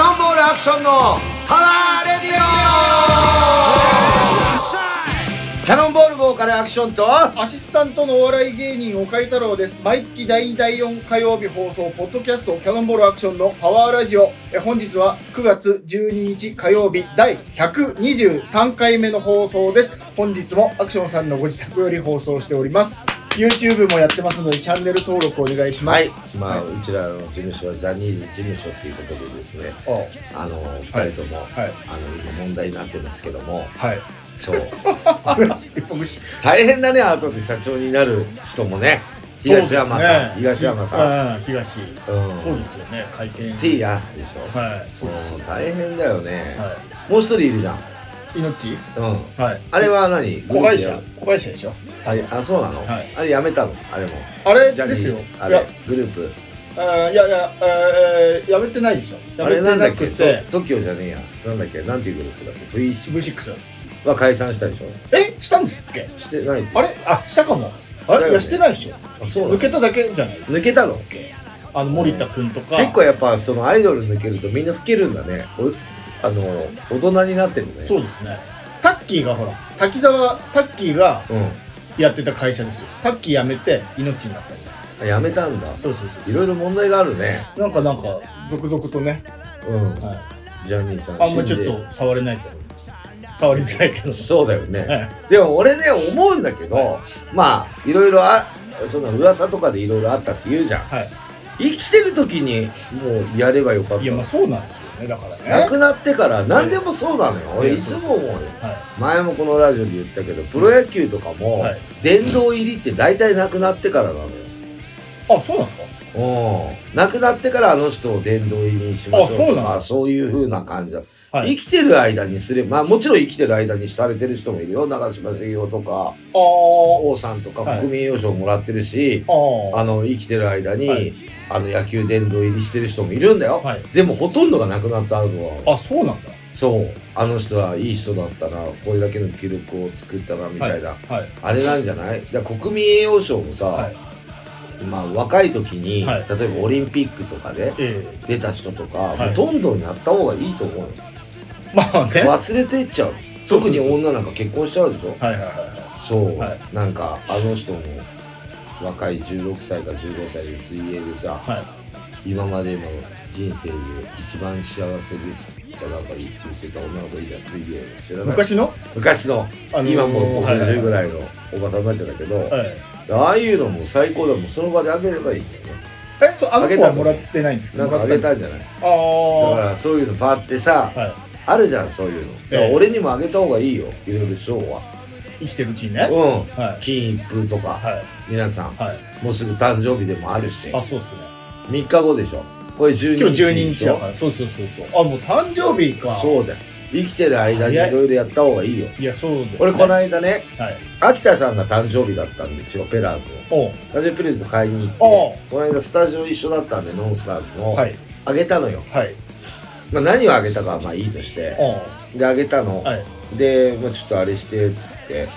ションのパワーレディオキャノンボールボーカルアクションとアシスタントのお笑い芸人岡井太郎です毎月第2第4火曜日放送ポッドキャストキャノンボールアクションのパワーラジオえ本日は9月12日火曜日第123回目の放送です本日もアクションさんのご自宅より放送しております YouTube もやってますのでチャンネル登録お願いします、まあ、うちらの事務所はジャニーズ事務所っていうことでですねおあの2人とも、はいあの今問題になってますけども はいそう僕し大変だね後で社長になる人もね東山さん、東山さん、ん、うん、東うん、そうですよね会見ティーヤでしょ、はいそうですもよう大変だよね、はもう一人いるじゃん、い命うん、はいあれは何子会社グルー子会社でしょプやああそうなの、はいあれやめたのあれもあれジャニーですよあいやれグループあーいやいや、えー、やめてないでしょ。やあめれてなんだなっけくとて、 TOKIO じゃねえやなんだっけなんていうグループだっけ V6 V6。は解散したでしょえ、したんですっけしてないあれあ、したかも。あだよれ、ねいや、してないでしょ。あそうなの抜けただけじゃない抜けたのあの、森田くんとか。結構やっぱそのアイドル抜けるとみんな老けるんだねおあの大人になってるねそうですね。タッキーがほら、滝沢、タッキーがうんやってた会社ですよ。タッキー辞めて、命になったんです。あやめたんだそうそうそいろいろ問題があるねう。なんか、なんか、続々とね、うん、はジャニーさんい、あんまちょっ死んでと触れないけど、触りづらいけど。そうだよね、はいでも俺ね思うんだけど、まあいろいろあそんな噂とかでいろいろあったって言うじゃんは生きてる時にもうやればよかっい。たいや、まあ、そうなんですよね。だからね。亡くなってから何でもそうなのよ、俺はいいつも思うよは前もこのラジオで言ったけどプロ野球とかも、はい殿堂入りって大体なくなってからなのよい。あ、そうなんですかうん亡くなってからあの人を殿堂入りにしましょうとかあそうなのそういう風な感じだ、はい。生きてる間にすればまあもちろん生きてる間にされてる人もいるよ長嶋茂雄とかあー王さんとかはい国民栄誉賞もらってるし、あー。あの生きてる間に、はいあの野球殿堂入りしてる人もいるんだよ、はいでもほとんどが亡くなった後はあそうなんだそうあの人はいい人だったなこれだけの記録を作ったなみたいな、はいあれなんじゃないだから国民栄誉賞もさ、はいまあ、若い時に、はい例えばオリンピックとかでえ出た人とか、いもうどんどんやった方がいいと思うえまあねは忘れていっちゃうそうそ特うそうに女なんか結婚しちゃうでしょいはいはそう、はいなんかあの人も若い16歳か15歳で水泳でさいはい今までの人生で一番幸せですとかなんか言ってた女の子いた水泳知らない昔の昔の、あのー今もうはいはいはい50ぐらいのおばさんになっちゃったけど、はいああいうのも最高だもんその場であげればいいんだよねえそうあのあげ子たはのもらってないんですけどなんかあげたあんじゃないだあーからそういうのパーってさはいあるじゃんそういうのだからええ俺にもあげた方がいいよいろいろ賞は生きてるうちにねはいうんはい金一封とか皆さんはいもうすぐ誕生日でもあるしあそうっすね3日後でしょこれ12日今日で12日しだょからそうそうそうそうあもう誕生日かうそうだよ生きてる間にい早いろいろやった方がいいよいやそうですね俺このはい間ね秋田さんが誕生日だったんですよペラーズのおうスタジオペレーズと買いに行っておうこの間スタジオ一緒だったんでノンスターズの、はいあげたのよ、はいまあ、何をあげたかはまあいいとしておうであげたの、はいで、まあ、ちょっとあれしてっつって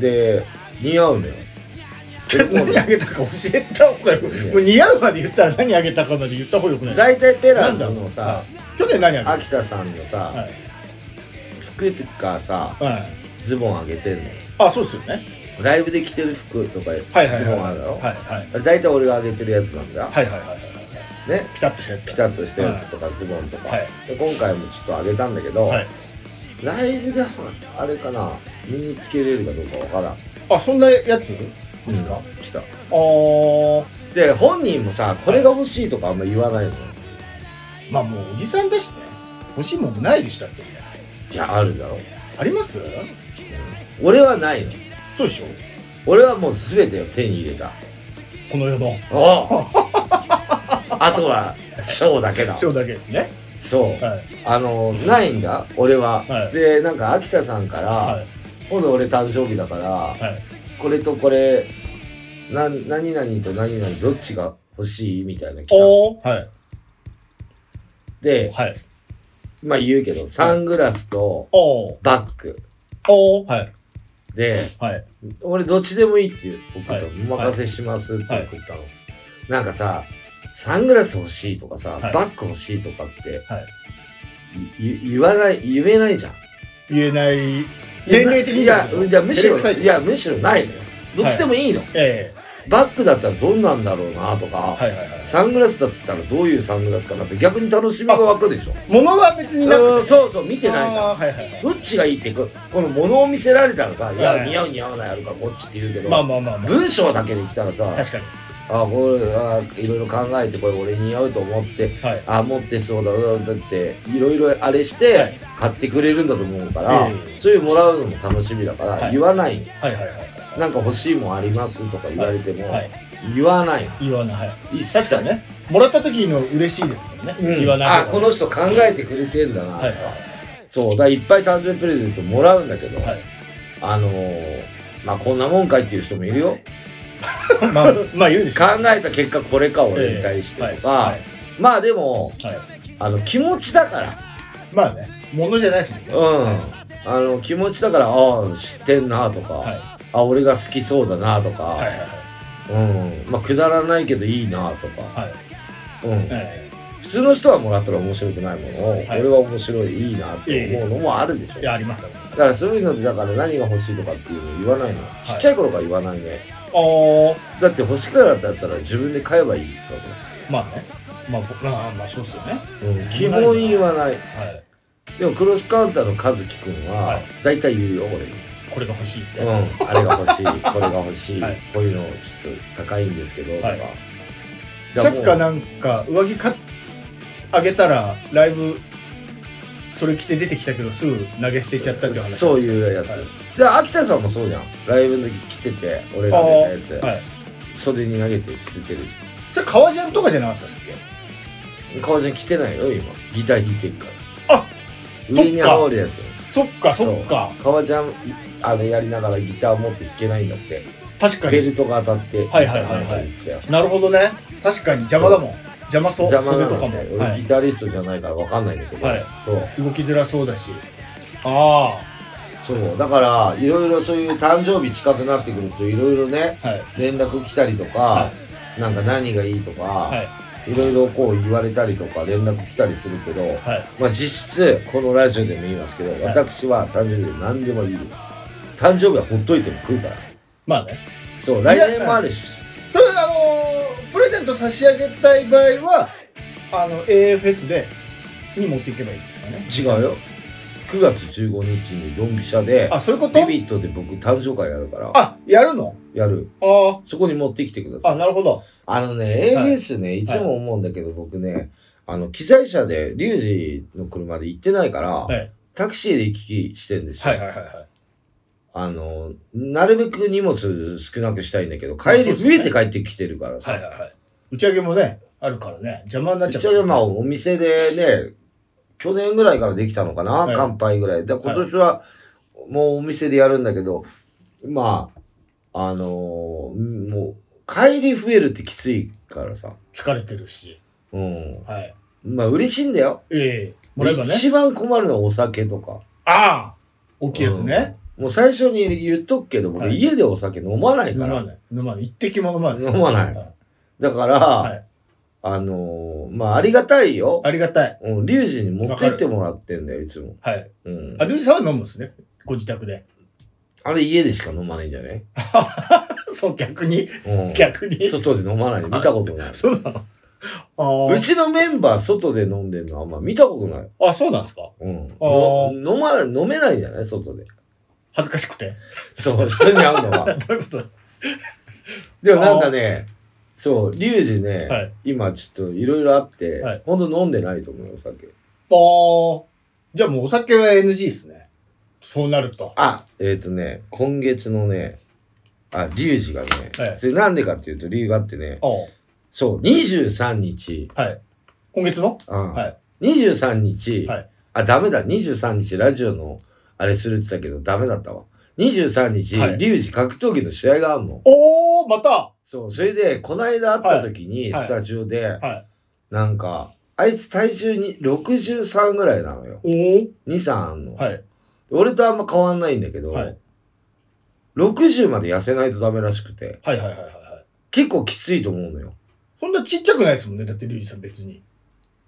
で似合うのよちょっと何あげたか教えた方がよくもう似合うまで言ったら何あげたかまで言った方がよくない大体ペラーズなんだろのうさはい去年何あげ秋田さんのさ、たはい服とかさはいズボンあげてんのよあそうっすよねライブで着てる服とかズボはいはいはいンあるだろ、はいはいあれ大体俺があげてるやつなんだ、はいはいはいはいはいねピタッとしたやつピタッとしたやつとかズボンとか、はいで今回もちょっとあげたんだけど、はいライブであれかな身につけれるかどうかわからんあそんなやつでうんすか、あ来たーで本人もさこれが欲しいとかあんま言わないのよまあもうおじさんだしね欲しいもんないでしょだっていやあるだろあります俺はないのそうでしょ俺はもう全てを手に入れたこの世のお うあとはショーだけだ塩だけですねそうはいあのないんだ俺は、はいでなんか秋田さんから、は今度俺誕生日だから、いはいこれとこれな何々と何々どっちが欲しいみたいなの来たのおーはいではいまあ言うけどサングラスとおーバッグおーはいではい俺どっちでもいいって言う送ったの、はいお任せしますって送ったの、なんかさサングラス欲しいとかさ、はいバッグ欲しいとかって、はいい言わない言えないじゃん言えない年齢的にいやいやむしろ照れくさいってこといやむしろないのよどっちでもいいの、えバッグだったらどんなんだろうなとか、えはいはいはいサングラスだったらどういうサングラスかなって逆に楽しみが湧くでしょ物は別になくうんそうそう見てないからあーはいはいはいどっちがいいってここの物を見せられたらさ「いはやい似合う似合わないあるからこっち」って言うけど、まあまあまあま文章だけで来たらさあ確かにあこれあいろいろ考えてこれ俺似合うと思ってはいあ持ってそうだうんだっていろいろあれして、はい買ってくれるんだと思うから、ええそういうもらうのも楽しみだから、はい言わないはいはいはいなんか欲しいもんありますとか言われても、はい言わない言わないはい一切確かにねもらった時の嬉しいですもんね、うん言わないあ方こがの人考えてくれてんだな、はいはいそうだからいっぱい誕生日プレゼントもらうんだけど、はいあのーまあこんなもんかいっていう人もいるよ、まあまあ言うでしょ考えた結果これか俺に対してとか、はいまあでもはいはあの気持ちだからいまあね物じゃないですもんねうん、あの気持ちだからああ知ってんなとか、はいあ俺が好きそうだなとか、はいはいうんまあくだらないけどいいなとか、はういんはいはい普通の人はもらったら面白くないものを、はい俺は面白いいいなって思うのもあるでしょ、いやありますからだからそういうのでだから何が欲しいとかっていうのを言わないの、いちっちゃい頃から言わないねあーだって欲しくなったら自分で買えばいいからまあねまあ僕まあまあそうっすよねうん、基本言わないはいでもクロスカウンターの和樹くんははい大体言うよ俺に、これが欲しいって、うん、あれが欲しい これが欲しい、はいこういうのちょっと高いんですけどとか、はいシだらもャうツかなんか上着かあげたらライブそれ着て出てきたけどすぐ投げ捨てちゃったっていう話そういうやつ、はいで秋田さんもそうじゃんライブの時着てて俺が出たやつ、はい袖に投げて捨ててるそれ革ジャンとかじゃなかったっすっけ革ジャン着てないよ今ギター弾いてるからあ上にそっか羽織るやつそっかそっかそう革ジャンあのやりながらギター持って弾けないんだって確かベにルトが当たってはいはいはいはいみたな感じですよなるほどね確かに邪魔だもん邪魔そう邪魔な袖とかのも、では俺いギタリストじゃないから分かんないんだけど、はいそう動きづらそうだしあそうだからいろいろそういう誕生日近くなってくるといろいろねあはい連絡来たりとか、はなんか何がいいとか、はいいろいろこう言われたりとか連絡来たりするけど、はいまあ、実質このラジオでも言いますけど、私は誕生日で何でもいいです誕生日はほっといても食うからまあねそう来年もあるしそれあのープレゼント差し上げたい場合はあの AFS でに持っていけばいいんですかね違うよ9月15日にドンピシャであそういうことビビットで僕誕生会やるからあやるのやるあそこに持ってきてくだあさいあなるほどあのね ABS ね、い、つも思うんだけど僕ねあの機材車でリュウジの車で行ってないから、はいタクシーで行き来してんですよ、はいはあの、なるべく荷物少なくしたいんだけど、帰そうり、ですね増えて帰ってきてるからさ。いはい打ち上げもねあるからね邪魔になっちゃう一応、まあ、お店でね、去年ぐらいからできたのかな、はい乾杯ぐらい。で、今年は、もうお店でやるんだけど、まあ、あのーうんもう、帰り増えるってきついからさ。疲れてるしうん。はいまあ、嬉しいんだよ。ええもらえばね一番困るのはお酒とか。ああ大きいやつね、うん。もう最初に言っとくけど、僕、はい家でお酒飲まない飲かまら。ない飲まない一滴も飲まないです飲まないはだから、はいあのーまあ、ありがたいよ。ありがたいうん、リュウジに持ってってもらってんだよ、いつも。はいうんあ。リュウジさんは飲むんですねご自宅で あれ家でしか飲まないんじゃねそう逆にうん。逆に外で飲まないの見たことない。そうなのああうちのメンバー外で飲んでんのあんま見たことない。あ、そうなんですかうん。あーの飲まない、飲めないんじゃない外で。恥ずかしくて。 そう、人に会うのは。どういうことでもなんかね、そう、リュウジね、はい今ちょっといろいろあって、はいほんと飲んでないと思うよ、お酒。ああ。じゃあもうお酒は NG ですね。そうなると。あ、えっ、とね、今月のね、あ、リュウジがね、はいそれなんでかっていうと理由があってね、あそう、23日、あ。はい。今月のうんはい23日、はいあ、ダメだ、23日ラジオのあれするって言ったけど、ダメだったわ。23日、はいリュウジ格闘技の試合があるの。おおまたそう、それで、この間会った時に、はいスタジオで、はいなんか、あいつ体重に63ぐらいなのよ。おお2、3あんの。はい。俺とあんま変わんないんだけど、はい60まで痩せないとダメらしくて、はいはいはいはいはい。結構きついと思うのよ。そんなちっちゃくないですもんね。だってリュウジさん別に。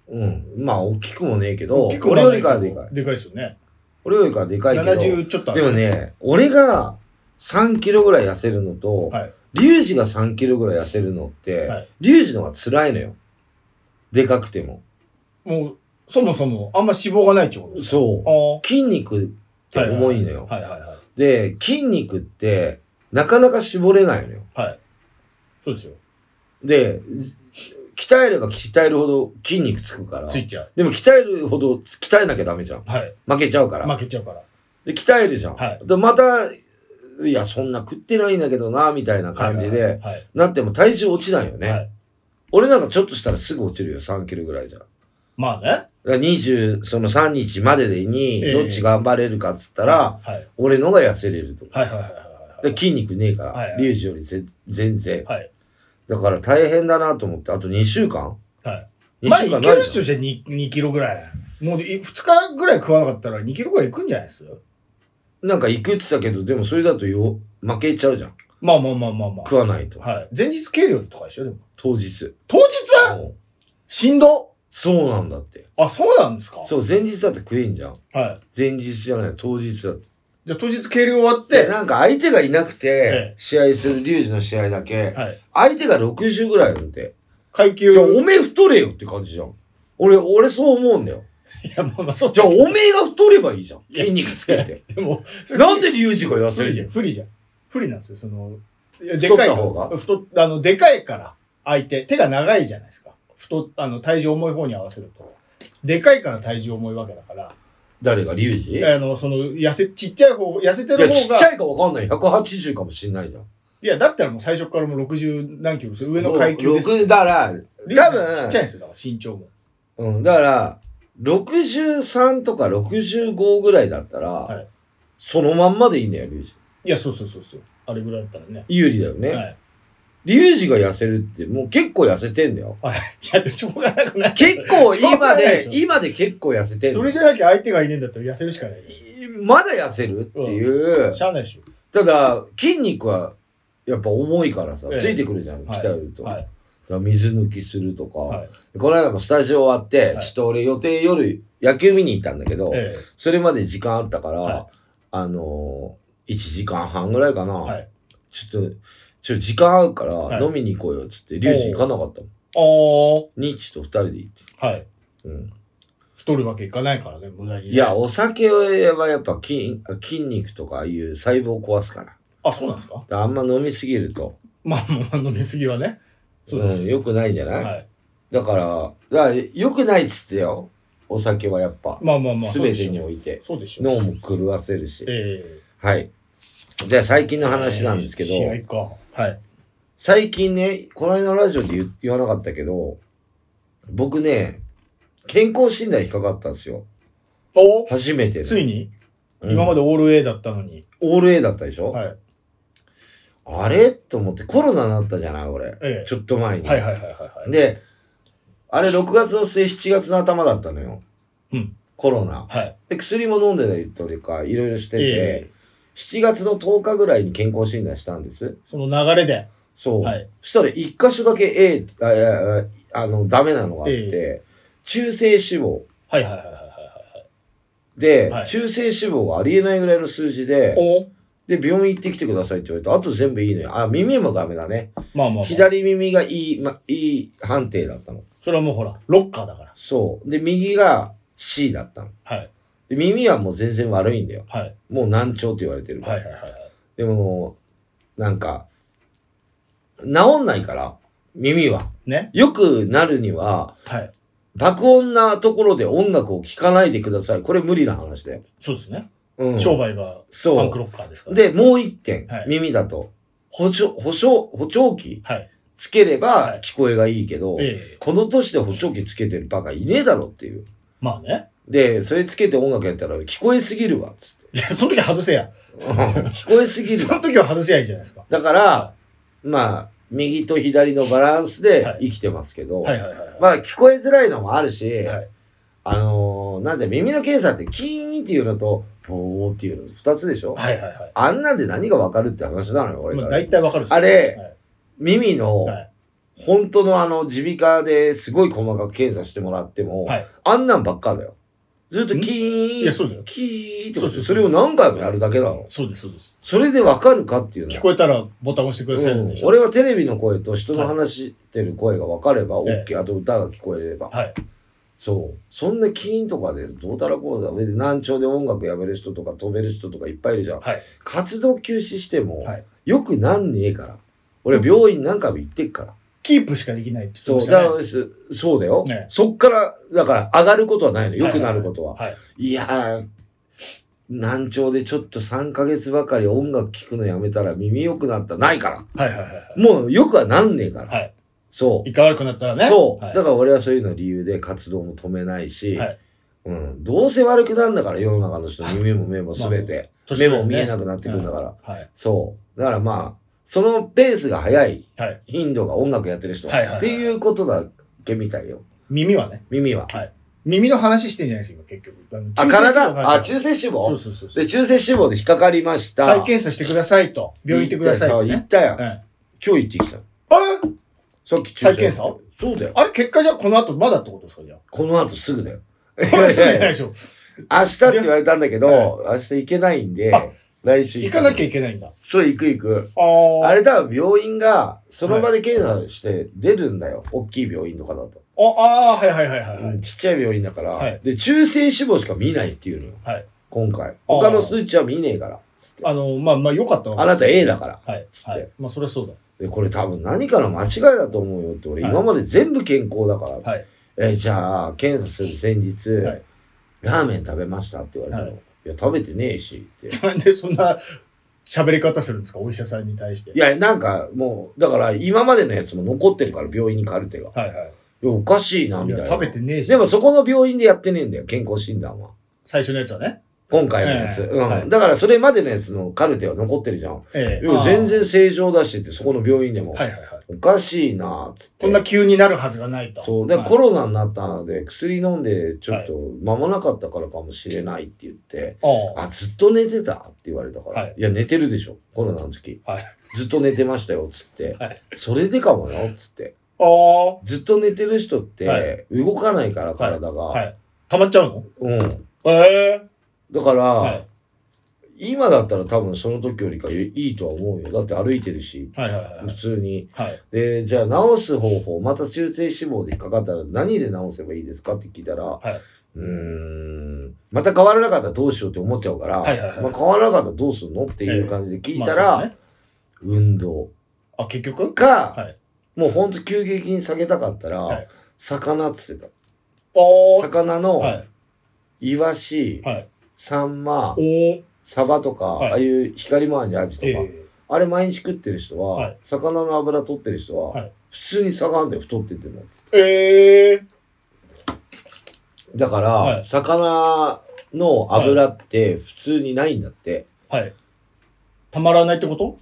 うん。まあ、大きくもねえけど、大きくは俺よりかはでかい。でかいですよね。俺よりかはでかいけど、 70ちょっとあでる。もね、俺が3キロぐらい痩せるのと、はいリュウジが3キロぐらい痩せるのって、はいリュウジの方が辛いのよ。でかくても。もう、そもそもあんま脂肪がないってことですそあう。あ。筋肉って重いのよ。はいはいはい。で、筋肉って、なかなか絞れないのよ。そうですよ。で、鍛えれば鍛えるほど筋肉つくから。ついちゃう。でも鍛えるほど、鍛えなきゃダメじゃん。はい。負けちゃうから。負けちゃうから。で、鍛えるじゃん。はいで、また、いや、そんな食ってないんだけどな、みたいな感じはいで、はいなっても体重落ちないよはい。ね。はい。俺なんかちょっとしたらすぐ落ちるよ、3キロぐらいじゃ。だかまあね。ら20、その3日まででに、ええどっち頑張れるかっつったら、はい。俺のが痩せれると。はいはいはいはいはでい。筋肉ねえかはいら、はいリュウジよりぜ全然。はいだから大変だなと思って、あと2週間はい2まあ、週い間けるっじしょ、じゃあ 2, 2キロぐらい。もうい2日ぐらい食わなかったら2キロぐらいいくんじゃないですゃんなんか行くって言ってたけど、でもそれだとよ負けちゃうじゃん。まあまあまあまあま食わないと。あ。はい。前日計量とかでしょ、でも。当日。当日うんしんどそうなんだって。あ、そうなんですかそう、前日だって食えんじゃん。はい。前日じゃない、当日だって。じゃあ当日計量終わっで、て、なんか相手がいなくて、え試合する、リュウジの試合だけ、はい。相手が60ぐらいなんで、階級。じゃあおめえ太れよって感じじゃん。俺、俺そう思うんだよ。いや、まあまあ、そうじゃあおめえが太ればいいじゃん。いや筋肉つけて。 でも、なんでリュウジが不痩利いじじゃゃんん。不利じゃん。不利なんですよ、その、いやで太っかいたか方がら。太っあの、でかいから、相手。手が長いじゃないですか。太っ、あの、体重重い方に合わせると。でかいから体重重いわけだから。誰がリュウジいや、あの、その、痩せ、ちっちゃい方、痩せてるち方っが、ちいゃいかわかんない。180かもしんないじゃん。や、だったらもう最初からもう60何キロですよ。上の階級です。 6だから、リュウジさん多分ちっちゃいんですよ、だから身長も。うん、だから、63とか65ぐらいだったら、はいそのまんまでいいんだよ、リュウジ。いや、そうそうそうそう。あれぐらいだったらね。有利だよね。はい。リュウジが痩せるって、もう結構痩せてんだよ。はい。いや、しょうがなくない。結 構しょう今がないででしょ今で結構痩せてんそのれじゃなきゃ相手がいねえんだったら痩せるしかない。いまだ痩せるっていう、しゃあないでしょ。ただ筋肉はやっぱ重いからさ、ええついてくるじゃん、鍛えると、はだかい。ら水抜きするとか、はい。この間もスタジオ終わって、はいちょっと俺予定夜野球見に行ったんだけど、えそれまで時間あったから、はいあのー、1時間半ぐらいかな、はいちょっと、ちょっと時間合うかはらい飲みに行こうよっつって、リュウジ行かなかったもん。え。おニッチと二人で行って。ー。はい。うん、太るわけいかないからね、無駄にね。いや、お酒はやっぱ筋筋肉とかああいう細胞壊すから。だかあ、そうなんですからあんま飲みすぎると、まあまあ、飲みすぎはね。そうですん、よ。よくないんじゃない、はい。だから、だからよくないっつってよ。お酒はやっぱ、まあまあまあ。すべてにおいて。そうでしょう。脳も狂わせるし。えはい。じゃあ最近え。の話なんですけど、試合か。はい。最近ね、この間のラジオで言う言わなかったけど、僕ね、健康診断引っかかったんですよ。お初めてね、ついにうん今までオール A だったのに。オール A だったでしょ、はい。あれと思って、コロナになったじゃない俺。えちょっと前え。に。はいはいはいはいはい。で、あれ6月の末、7月の頭だったのよ。うんコロナ。はい。で、薬も飲んでたりとか、いろいろしてて、ええ7月の10日ぐらいに健康診断したんです。その流れで。そう。はい。そしたら一箇所だけ A、あいやああの、ダメなのがあって、中性脂肪。はいはいはいはいはいで、はい中性脂肪がありえないぐらいの数字で、はい。で、病院行ってきてくださいって言われて、あと全部いいのよ。あ、耳もダメだね。おまあまあまあ。左耳がいい、ま、いい判定だったの。それはもうほら、ロッカーだから。そう。で、右が C だったの。はい。で、耳はもう全然悪いんだよ。はい。もう難聴って言われてる。はいはいはいはい。でも、なんか、治んないから、耳は。ね。良くなるには、はい。爆音なところで音楽を聴かないでください。これ無理な話だよ。そうですね。うん。商売がパンクそロッカーですかう。ら。、で、もう一点、はい耳だと、補聴、補聴、補聴器はい。つけれはばい聞こえがいいけど、ええ。この年で補聴器つけてるバカいねえだろっていう。まあね。で、それつけて音楽やったら聞こえすぎるわ、 つって。いや、その時は外せや。うん聞こえすぎるそわの。時は外せやいいじゃないですか。だから、まあ、右と左のバランスで生きてますけど、はいはいはいはい。まあ、聞こえづらいのもあるし、はいあのーなんで耳の検査ってキーンっていうのと、ボーっていうの二つでしょ、はいはいはい。あんなんで何がわかるって話なのよ、俺まあ、から。大体わかるっすあれはい耳のはい本当のあの、耳鼻科ですごい細かく検査してもらっても、はいあんなんばっかだよ。ずっとキいや、ーン、そうだよ。キーンってことそうそうそうそれを何回もやるだけなの。そうです、そうです。それでわかるかっていうの聞こえたらボタン押してくださいうんでしょ。俺はテレビの声と人の話してる声が分かれば OK、あと歌が聞こえれば、はいそうそんなキーンとかでどうたらこうだ上で難聴で音楽やめる人とか飛べる人とかいっぱいいるじゃん、はい活動休止しても、はいよくなんねえから俺は病院何回も行ってっから、キープしかできないって言ってそまうだしたかね。らすそうだよ、ねそっからだから上がることはないのよくなることは、はい。いやー難聴でちょっと3ヶ月ばかり音楽聴くのやめたら耳良くなったないからはいはいはいもうよくはなんねえから。はい。そう。いか悪くなったらね。そう、はいだから俺はそういうの理由で活動も止めないし、はいうん、どうせ悪くなんだから、世の中の人の夢も目も全て、目も見えなくくなってくるんだから、はい。そう。だからまあ、そのペースが早い、はい頻度が音楽やってる人、はいはいはいっていうことだけみたいよ、耳はね。耳は。耳の話してんじゃないですか、今結局。あのあ、体、あ、中性脂そう肪そうそうそうで、。中性脂肪で引っかかりました。再検査してくださいと。病院行ってくださいと、行ねっ。たよ。はい今日行ってきた。あれさっき中性再検査そうだよ。あれ結果じゃあこの後まだってことですかじゃこの後すぐだよ。これそうじゃないでしょ。明日って言われたんだけど、明日行けないんあで、来週行かなきゃ。ゃいけないんだ。そう、行く行く。ああ。あれ多分病院が、その場で検査して出るんだよ。大きい病院とかだと。ああー、はいはいはいはいはういん。ちっちゃい病院だから、はいで、中性脂肪しか見ないっていうのよ。はい今回。他の数値は見ねえから。つって。あの、まあまあ、良かったわ。あなた A だから。はい。つってはい。まあ、それはそうだ。で、これ多分何かの間違いだと思うよって、俺はい今まで全部健康だから。はいえじゃあ、検査する先日、はいラーメン食べましたって言われたの。はいい、や、食べてねえしって。なん でそんな喋り方するんですかお医者さんに対して。いや、なんかもう、だから今までのやつも残ってるから、病院にカルテが。いはいはい。や、おかしいな、いみたいやな。食べてねえし。でもそこの病院でやってねえんだよ、健康診断は。最初のやつはね。今回のやつ。ええうん、はいだからそれまでのやつのカルテは残ってるじゃん。ええいや全然正常だしって、そこの病院でも。はいはいはい。おかしいな、つって。こんな急になるはずがないと。そう。で、はいコロナになったので、薬飲んで、ちょっと、間もなかったからかもしれないって言って、ああ、ずっと寝てたって言われたから、はいい、や、寝てるでしょ、コロナの時。はいずっと寝てましたよ、つって。はいそれでかもよ、つって。あ。あずっと寝てる人っはて、動かないから、体が。あ。はい。溜まっちゃうのうん。ええ。だから、はい今だったら多分その時よりかいいとは思うよ。だって歩いてるし、はいはいはい普。通に。はい。で、じゃあ治す方法、また中性脂肪で引っかかったら何で治せばいいですかって聞いたら、いうーん、また変わらなかったらどうしようって思っちゃうから、はいはいはいまあ、変わらなかったらどうするのっていう感じで聞いたら、まあそうですね運動あ、結局か、はいもうほんと急激に下げたかったら、はい魚っつってあた。あ。魚のはイワシ、い。はい。サンマお、ー。サバとか、はいああいう光回りのアジとえか、え。あれ毎日食ってる人は、はい魚の油取ってる人は、はい普通に下がんで太っててもつってええ。だから、はい魚の油って普通にないんだって。はい。たまらないってこと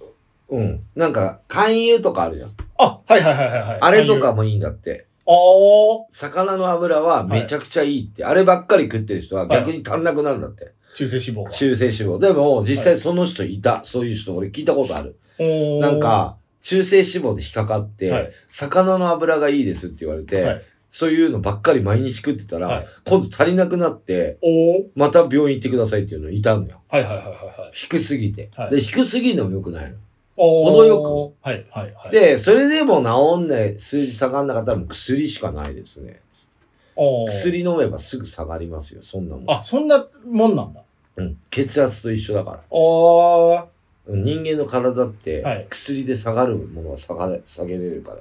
うん。なんか、肝油とかあるじゃん。あ、はいはいはいはいはい。あれとかもいいんだって。ああ。魚の油はめちゃくちゃいいって。あればっかり食ってる人は逆に足んなくなるんだって。中性脂肪が。中性脂肪。でも、実際その人いた。そういう人、俺聞いたことある。なんか、中性脂肪で引っかかって、はい魚の油がいいですって言われて、はいそういうのばっかり毎日食ってたら、はい今度足りなくなって、おー、また病院行ってくださいっていうのいたんだよ。はいはいはいはいはい。低すぎて。はいで、低すぎるのも良くないの。おー程よはいはいはい。、で、それでも治んない、数字下がんなかったらもう薬しかないですね。つっておー。薬飲めばすぐ下がりますよ、そんなもん。あ、そんなもんなんだ。うん、血圧と一緒だから。おー。人間の体って、はい薬で下がるものは下がれ、下げれるから。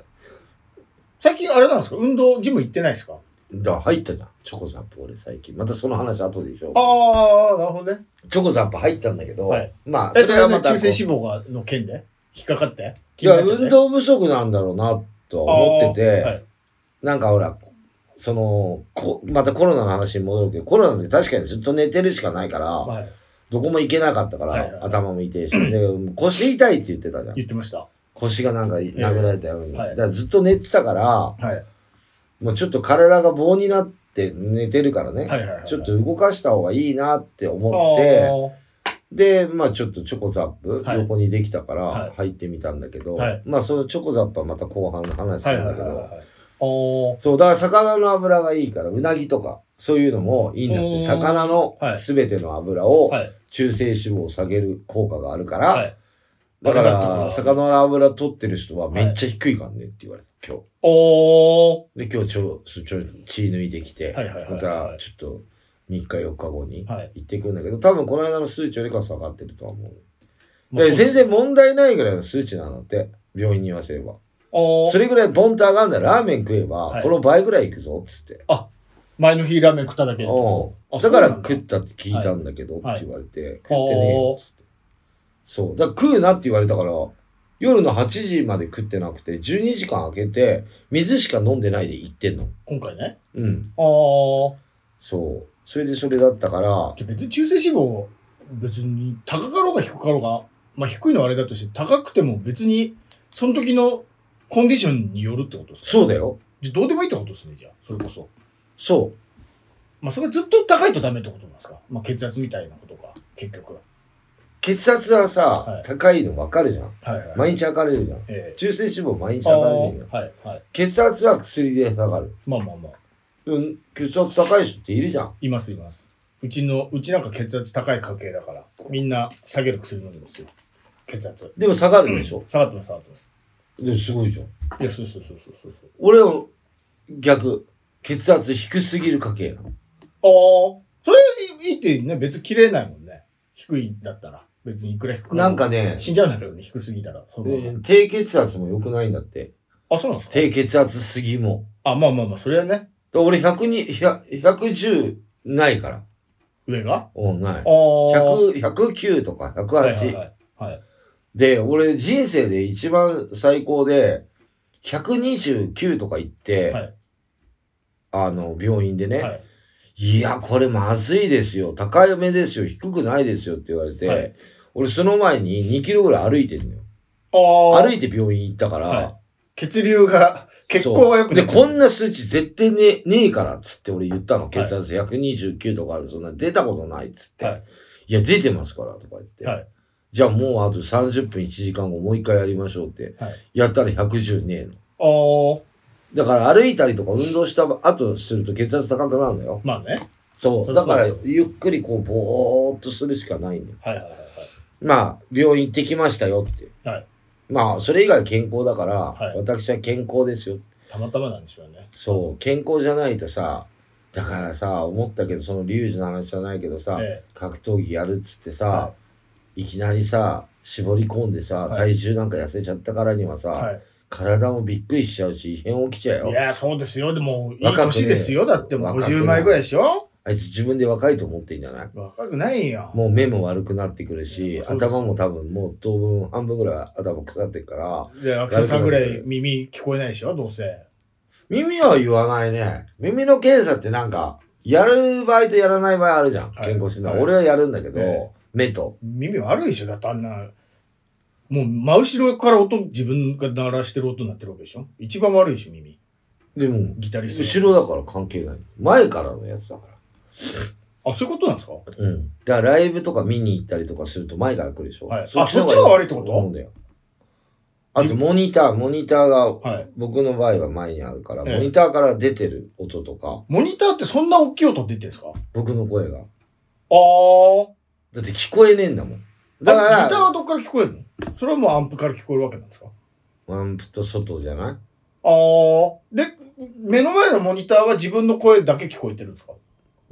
最近あれなんですか運動、ジム行ってないですかだから入ったじゃん、チョコザップ俺最近。またその話後でしょ。あー、なるほどね。チョコザップ入ったんだけど、はいまあ、え、それはねまたこ中う性脂肪がの件で引っかかっていや、運動不足なんだろうな、とは思ってて、あーはいなんかほら、そのこ、またコロナの話に戻るけど、コロナで確かにずっと寝てるしかないから、はい。どこも行けなかったから、はいはいはい頭も痛いし、 で腰痛いって言ってたじゃん。言ってました。腰がなんか殴られたように。ええはいだからずっと寝てたから、はい。もうちょっと体が棒になって寝てるからね、はいはいはい。ちょっと動かした方がいいなってあ思って、で、まあちょっとチョコザップ、はい横にできたかはいら入ってみたんだけど、はいまあそのチョコザップはまた後半の話すはいるんだはいけはいど、はい。おー。そう、だから魚の油がいいから、うなぎとか、そういうのもいいんだっうーんて、魚のはい全ての油をはい中性脂肪を下げる効果があるから、はい。だかわかったら、魚の油取ってる人はめっちゃ低いからねって言われた、今日。おー。で、今日ちょ、ちょ、ちょ血抜いてきて、はいはいはいまはいたちょっと3日4日後にはい行ってくんだけど、多分この間の数値よりかは下がってるとは思う。まあで全。然問題ないぐらいの数値なんだって、病院に言わせれば。おそー。れぐらいボンと上がんだらラーメン食えば、はいこの倍ぐらいいくぞ、つって。前の日ラーメン食っただけで。おあだからそうなんだ食ったって聞いたんだけどってはい言われて、食ってねえよっつってそうだから食うなって言われたから夜の8時まで食ってなくて12時間空けて水しか飲んでないで行ってんの今回ね。うんおー。そうそれでそれだったからじゃあ別に中性脂肪、別に高かろうが低かろうが、まあ低いのはあれだとして、高くても別に、その時のコンディションによるってことですかそうだよじゃあどうでもいいってことですね、じゃあ。それこそ。そまあそれずっと高いとダメってことなんですかまあ血圧みたいなことか、結局は。う血圧はさ、はい高いの分かるじゃんはいはい。毎日測れるじゃんええ中性脂肪毎日あー測れるじゃんはいはい。血圧は薬で下がるまあまあまあ。でも血圧高い人っているじゃんいますいます。うちの、うちなんか血圧高い家系だから、みんな下げる薬飲んでますよ。血圧。でも下がるでしょ、下がってます、下がってます。ですごいじゃんいや、そうそうそうそうそうそう。俺は逆血圧低すぎる家系なのああ、それいいってね、別に切れないもんね。低いんだったら。別にいくら低くなんかね死んじゃうんだけどね、低すぎたら。そのままうん低血圧も良くないんだってあ、そうなんですか低血圧すぎもあ、まあまあまあ、それはね、だ俺100に100 110ないから上があうんないあ。は100 109とか108、いはいはい。はい。で俺人生で一番最高で129とか行って、はいあの病院でね、はいいや、これまずいですよ。高いめですよ。低くないですよって言われて、はい俺その前に2キロぐらい歩いてるのよ。ああ、歩いて病院行ったから、はい血流が、血行が良くな。ないい。で、こんな数値絶対ね、ねえからっつって俺言ったの。血圧129とか、そんな出たことないっつって。はいい、や、出てますからとか言って。はいじゃあもうあと30分1時間後もう一回やりましょうって。はいやったら110ねえの。ああ、だから歩いたりとか運動した後すると血圧高くなるのよ。まあね。そ。そうりゃだそうからですよゆっくりこうぼーっとするしかないんだよ。はいはいはいはい。まあ、病院行ってきましたよって。はいまあ、それ以外健康だから、はい私は健康ですよ。たまたまなんでしょうね。そう、健康じゃないとさ、だからさ、思ったけど、そのリュウジの話じゃないけどさ、え格闘技やるっつってさ、、はいきなりさ、絞り込んでさ、はい体重なんか痩せちゃったからにはさ、えはい。体もびっくりしちゃうし、異変起きちゃういよ。や、そうですよ。でも、いい若くね年ですよ。だってもう若くね50枚ぐらいでしょあいつ自分で若いと思ってんじゃない若くないよ。もう目も悪くなってくるし、そうですよ頭も多分もう当分半分ぐらい頭腐ってるから、で、アクションさんぐらい耳聞こえないでしょどうせ。耳は言わないね。耳の検査ってなんか、やる場合とやらない場合あるじゃん。はい健康診断。はい俺はやるんだけど、ええ目と。耳悪いでしょだってあんな、もう真後ろから音、自分が鳴らしてる音になってるわけでしょ一番悪いでしょ耳。でも、ギタリスト。後ろだから関係ない。前からのやつだか。あ、そういうことなんですからうん。だからライブとか見に行ったりとかすると前から来るでしょ。はいの方あそっちが悪いってこと思うんだよ。あと、モニター、モニターが、はい。僕の場合は前にあるから、ええモニターから出てる音とか、モニターってそんな大きい音出てるんですかあ僕の声が。ー。だって聞こえねえんだもん。だだかギターら、はどっから聞こえるのそれはもうアンプから聞こえるわけなんですかワンプと外じゃないあー。で、目の前のモニターは自分の声だけ聞こえてるんですか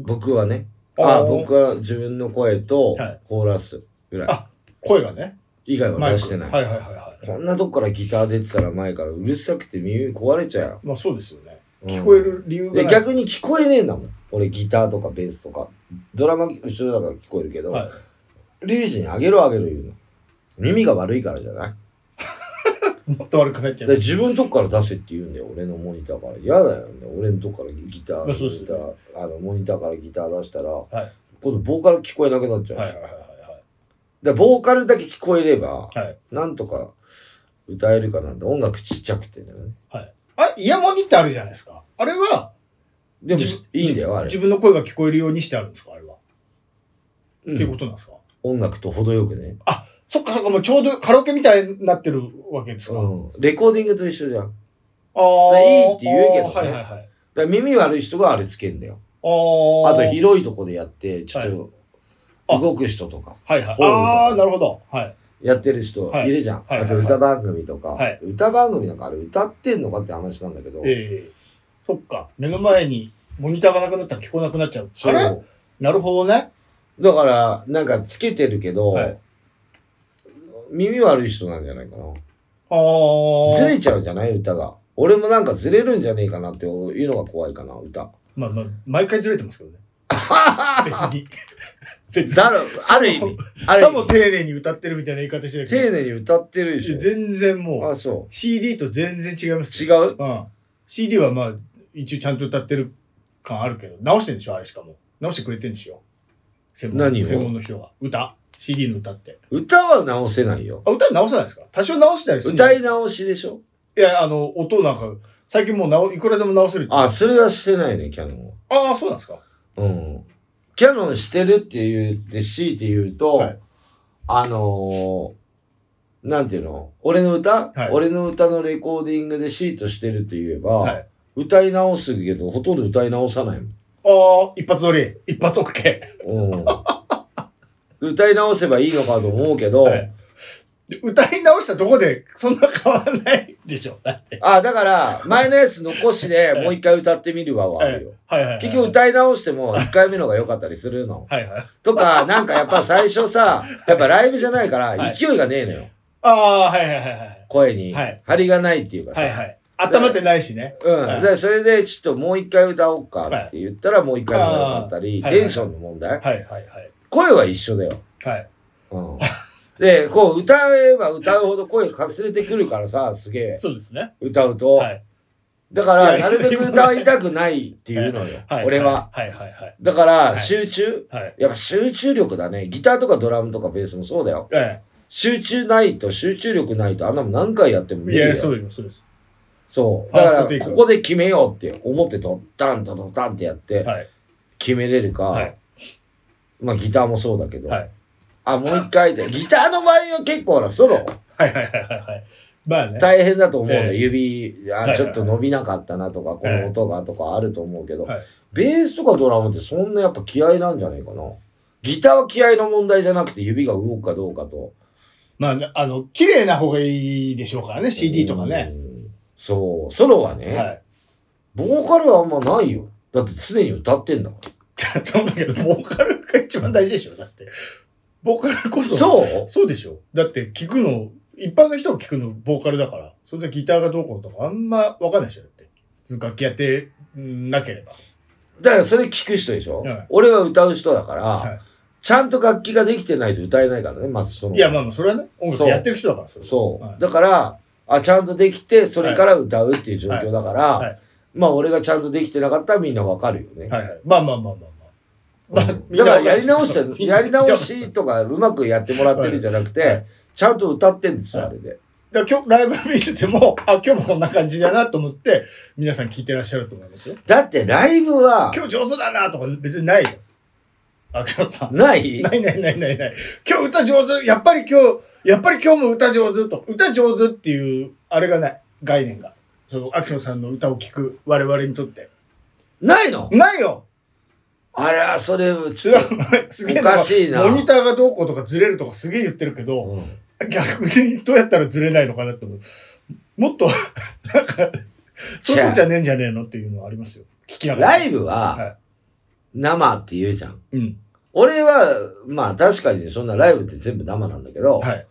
僕はね、あー僕は自分の声とはいコーラスぐらい、あ声がね。以外はマイ出クしてない、はいはいはいはい。こんなとこからギター出てたら前からうるさくて耳壊れちゃうまあそうですよね。よ、うん聞こえる理由がなでい。逆に聞こえねえんだもん俺ギターとかベースとかドラマ後ろだから聞こえるけど、はいリュウジにあげろあげろ言うの耳が悪いからじゃないもっと悪くなっちゃでう。自分のとこから出せって言うんだよ俺のモニターから嫌だよね俺のとこからギターまあそうですギターあのモニターからギター出したら、い今度ボーカル聞こえなくなっちゃうし、はいはいはいはいで、ボーカルだけ聞こえれば、はいなんとか歌えるかなんて、音楽ちっちゃくてね。はい。あ、イヤモニってあるじゃないですか。あれは、でも自分、いいんだよ、あれ自。分の声が聞こえるようにしてあるんですかあれは。うんっていうことなんですか音音楽と程よくね。そっかそっか、もうちょうどカラオケみたいになってるわけですか。うん。レコーディングと一緒じゃん。だかああ。いいって言うけどねはいはいはい。ら耳悪い人があれつけんだよ。ああとはい広いとこでやって、ちょっはいとあ動く人とか、はい。ホールとかああー、なるほど。はい。やってる人いるじゃん。はいはいあと歌番組とか、はい歌番組なんかあれ歌ってんのかって話なんだけど。ええそっか。目の前にモニターがなくなったら聞こえなくなっちゃう。そあうれなるほどね。だから、なんかつけてるけど、はい耳悪い人なんじゃないかな。ああ。ずれちゃうじゃない歌が。俺もなんかずれるんじゃねえかなっていうのが怖いかな、歌。まあまあ、毎回ずれてます けどね。別に。別に。だろ、ある意味。ある意さも味。丁寧に歌ってるみたいな言い方してるけ丁ど。寧に歌ってるでしょ。全然もあ、う、そ CD と全然違いますう。違よ。ううん。CD はまあ、一応ちゃんと歌ってる感あるけど、直してんでしょあれしかも。直してくれてんでしょ専門何を専門の人は。歌。CD の歌って。歌は直せないよ。あ、歌直さないですか多少直したりするの歌い直しでしょいや、あの、音なんか、最近もう直、いくらでも直せるって。あ、それはしてないね、キャノンは。ああ、そうなんですかうん。キャノンしてるって言って、強いて言うと、はいあのー、なんていうの俺の歌、はい俺の歌のレコーディングでシートしてると言えば、はい。歌い直すけど、ほとんど歌い直さないああ、一発撮り。一発 OK。もん。うん、歌い直せばいいのかと思うけど、はいで歌い直したとこでそんな変わらないでしょ。はいあ、だから、前のやつ残しではいもう一回歌ってみるわはあるよ。はいはい。結局歌い直しても一回目のが良かったりするの。はいはい。と か、なんかやっぱ最初さ、やっぱライブじゃないかはらい勢いがねえのよ。ああ、はいはいはいはい。声にはい張りがないっていうかさ。はいはい。温まってないしね。うん。はいだからそれでちょっともう一回歌おうかって言ったらもう一回のが良かったり、はいはいテンションの問題、はいはいはい。声は一緒だよ。はい。うん。で、こう歌えば歌うほど声かすれてくるからさ、すげえ。そうですね。歌うと。はい。だから、いなやるべく歌いたくないっていうのよ。 はい。俺は。。はいはいはい。だから、い集中。はい。やっぱ集中力だね。ギターとかドラムとかベースもそうだよ。え集中ないと集中力ないとあんなもん何回やってもえ無い理や、よ。そうです、そうです。そう。ファーストだかテイら、クここで決めようって思ってドッタンとドッタンってやってはい、決めれるか、はいまあギターもそうだけど、はいあ、もう一回で、ギターの場合は結構ほら、ソロはいはいはいはいはい。まあね。大変だと思うの、ええ指、はいはあ、いちょっと伸びなかったなとか、こええの音がとかあると思うけど、はいベースとかドラムってそんなやっぱ気合なんじゃないかな。ギターは気合の問題じゃなくて指が動くかどうかと。まあね、あの、綺麗な方がいいでしょうからね、CD とかね。うん。そう。ソロはね、はい。 ボーカルはあんまないよ。だって常に歌ってんだから。そうだけど、ボーカルが一番大事でしょ、だって。ボーカルこそ。そうそうでしょだって聞くの、一般の人が聞くのボーカルだから、それでギターがどうこうとかあんまわかんないでしょだって。楽器やってなければ。だからそれ聞く人でしょ、はい俺は歌う人だから、はいちゃんと楽器ができてないと歌えないからね、まずその。いや、まあまあ、それはね、音楽やってる人だから、それはそう、はいだから、あ、ちゃんとできて、それから歌うっていう状況だから、いはいまあ俺がちゃんとできてなかったらみんなわかるよね。はいはい。まあまあまあまあまあ。まあだからやり直し みて、んなやり直しとかうまくやってもらってるんじゃなくて、はいはいちゃんと歌ってんですよ、はいあれで。だから今日ライブ見てても、 あ、今日もこんな感じだなと思って、皆さん聞いてらっしゃると思いますよ。だってライブは、今日上手だなとか別にないよ。あ、今日さん。ないないないないないない。今日歌上手やっぱり今日、やっぱり今日も歌上手と。歌上手っていう、あれがない。概念が。その、秋野さんの歌を聴く我々にとって。ないのないよあら、それ、そちれょはっと、すげえおかしいなモニターがどうこうとかずれるとかすげえ言ってるけど、うん逆にどうやったらずれないのかなって思う。もっと、 なんか、そういうことじゃねえんじゃねえのっていうのはありますよ。聞きながら。ライブブは、はい生って言うじゃん。うん。俺は、まあ確かにそんなライブって全部生なんだけど、はい。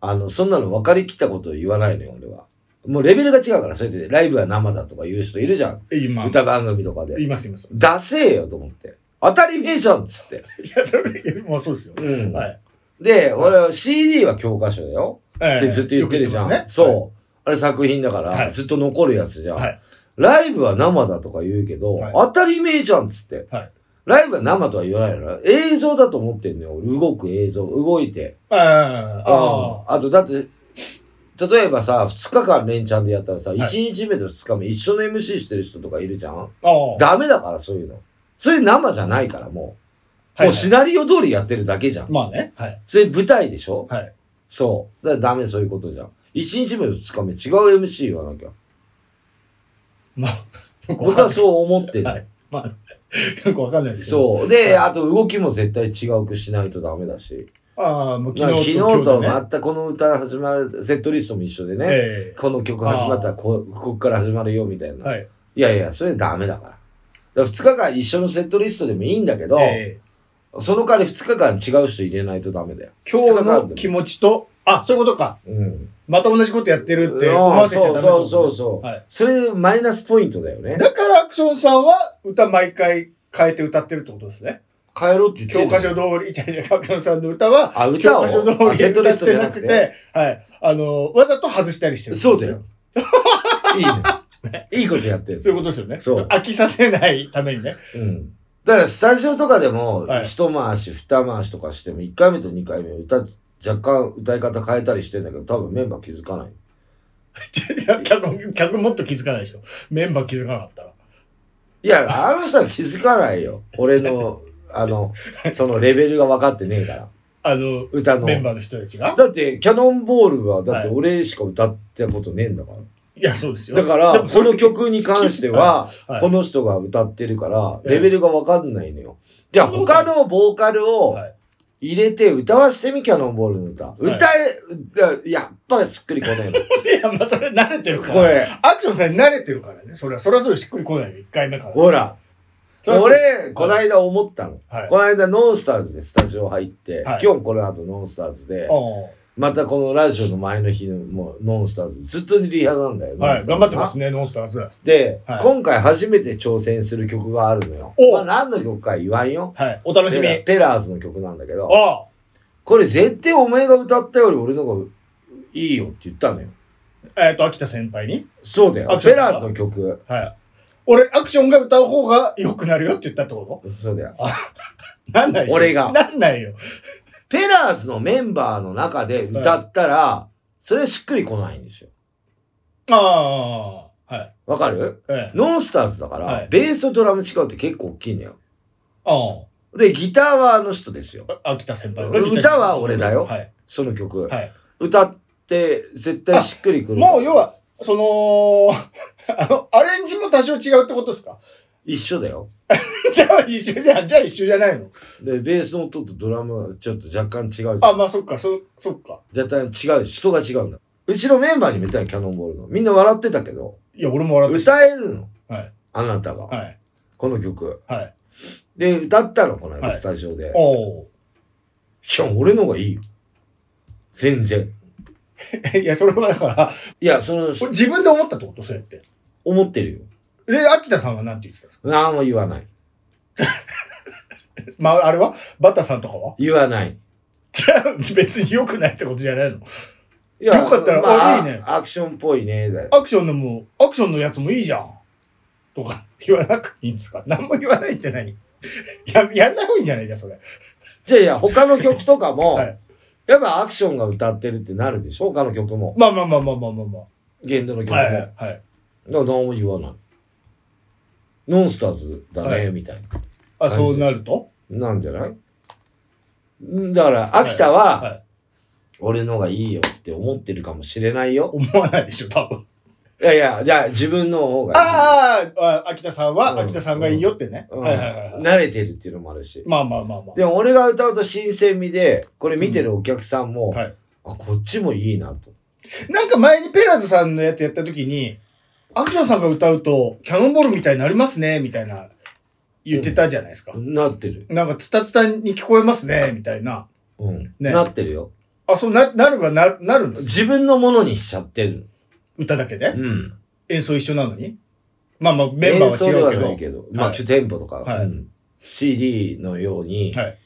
あの、そんなの分かりきったことを言わないのよ、俺は。もうレベルが違うから、それでライブは生だとか言う人いるじゃん。今、歌番組とかで。いますいます。い出せえよと思って。当たり前じゃんっつって。や、それ、もうそうですよ。うん。はい。で、俺は CD は教科書だよ。えっえてずっと言ってるじゃん。よく言ってますねそう。あれ作品だから、はいずっと残るやつじゃん。はいライブは生だとか言うけど、はい当たり前じゃんっつって。はいライブは生とは言わないの映像だと思ってんのよ。俺動く映像、動いて。ああ、ああ、あとだって、例えばさ、2日間連チャンでやったらさ、い1日目と2日目一緒の MC してる人とかいるじゃんああ。ダメだからそういうの。それ生じゃないからもはいもうシナリオ通りやってるだけじゃん。まあね。はい。それ舞台でしょはい。そう。だからダメそういうことじゃん。一日目、二日目、違う MC 言わなきゃ。まあ、よくわ僕はかんない。そう思ってる。はい。まあ、よくわかんないですけど。そう。で、あと動きも絶対違うくしないとダメだし。う。ああ、もう昨昨日日と今日とでね。またこの歌始まる、セットリストも一緒でね。えこの曲始まったらこ、ここから始まるよみたいえな。、はいい。やいや、それダメだから。だから2日間一緒のセットリストでもいいんだけど、ええその代わり2日間違う人入れないとダメだよ。今日の気持ちと、あ、そういうことか。うん。また同じことやってるってうん思わせちゃダメだそうそうそうそう。はいそれマイナスポイントだよね。だからアクションさんは歌毎回変えて歌ってるってことですね。変えろって言って教る科書通り、いやいや、アクションさんの歌は、あ、歌教を。科書通ありセット歌リスっトじてゃななくくて。て、はい。あの、わざと外したりしてる。そうだよ。。いい ね。いいことやってる。そういうことですよね。そう飽きさせないためにね。うん。だからスタジオとかでもは、い一回し、二回しとかしても、一回目と二回目歌、若干歌い方変えたりしてんだけど、多分メンバー気づかない。いや客、客もっと気づかないでしょ。メンバー気づかなかったら。いや、あの人は気づかないよ。俺の、あの、そのレベルが分かってねえから。あの、歌の。メンバーの人たちが。だって、キャノンボールは、だってはい俺しか歌ったことねえんだから。いや、そうですよ。だから、でもこの曲に関しては、 はいこの人が歌ってるから、ええレベルがわかんないのよ。じゃあ、そう他のボーカルをはい入れて歌わしてみ、キャノンボールの歌。い歌え、いややっぱしっくりこないの。いや、まあ、それ慣れてる から。これ、アクションさんに慣れてるからね。それは、それはそれしっくりこないよ、一回目から。ほら、それはそう、俺、こないだ思ったの。はい。こないだノンスターズでスタジオ入って、はい今日この後ノンスターズで、あまたこのラジオの前の日のもうノンスターズ、ずっとリハなんだよ。あはい。頑張ってすますね、ノンスターズ。はで、はい今回初めて挑戦する曲があるのよ。おまあ何の曲か言わんよ。い。お楽しみ。ペラあペラーズの曲なんだけど、あ。これ絶対お前が歌ったより俺の方がいいよって言ったのよ。えっと、秋田先輩に。そうだよ。あちょペラーズの曲。はい。俺、アクションが歌う方が良くなるよって言ったってこそうだよ。となんないし俺がなんないよ。ペラーズのメンバーの中で歌ったら、それしっくりこないんですよ。ああ。はい。わかるええ。ノンスターズだから、はいベースとドラム違うって結構大きいんだよ。あで、ギターはあの人ですよ。あ。秋田先輩歌は俺だよはい。その曲。はい歌って絶対しっくりくる。もう、要は、その、 あの、アレンジも多少違うってことですか 一緒だよ。じゃあ一緒じゃん。じゃあ一緒じゃないの。で、ベースの音とドラムはちょっと若干違うじゃん。あ、まあそっか、そ、そっか。若干違う。人が違うんだ。うちのメンバーに見たいキャノンボールの。みんな笑ってたけど、いや、俺も笑って歌えるの。はいあなたが、た。はい。この曲。はい。で、歌ったの、この間、はいスタジオで。いおお。や、俺の方がいいよ。全然。いや、それはだから、いや、その、俺自分で思ったってことそうやって。思ってるよ。で、秋田さんは何て言ってたんです何も言わない。かまあ、あれはバッタさんとかは 言わない。じゃあ、別に良くないってことじゃないのいやよかったらあいいねアクションっぽいね、だよ。アクションのも、アクションのやつもいいじゃん。とか、言わなくていいんですか何も言わないって何 や、やんない方がいいんじゃないじゃん、それ。じゃあいや、他の曲とかも、 はいやっぱアクションが歌ってるってなるでしょ他の曲も。まあまあまあまあまあまあま限度の曲あ。も。はいはいはい。だから何も言わない。ノンスターズだね、はいみたいあ、そうなるとな。なんじゃないんだから、秋田は、はい。俺のがいいよって思ってるかもしれないよ。思わないでしょ、多分。いやいや、じゃあ自分の方があああ、秋田さんうんは、秋田さんがいいよってね。いい。うんはいはいはいはい。慣れてるっていうのもあるし。まあまあまあまあ。でも俺が歌うと新鮮味で、これ見てるお客さんも、うんはいあ、こっちもいいなと。なんか前にペラーズさんのやつやった時に、アクションさんが歌うと、キャノンボールみたいになりますね、みたいな、言ってたじゃないですか。なってる。なんか、ツタツタに聞こえますね、みたいな。うん。ねなってるよ。あ、そうな、なるがな、なるんです。自分のものにしちゃってる。歌だけでうん。演奏一緒なのにまあまあ、メンバーは演奏で違うけはなど。いけど、まあ、はいちょテンポとか、はいうん CD のようにはい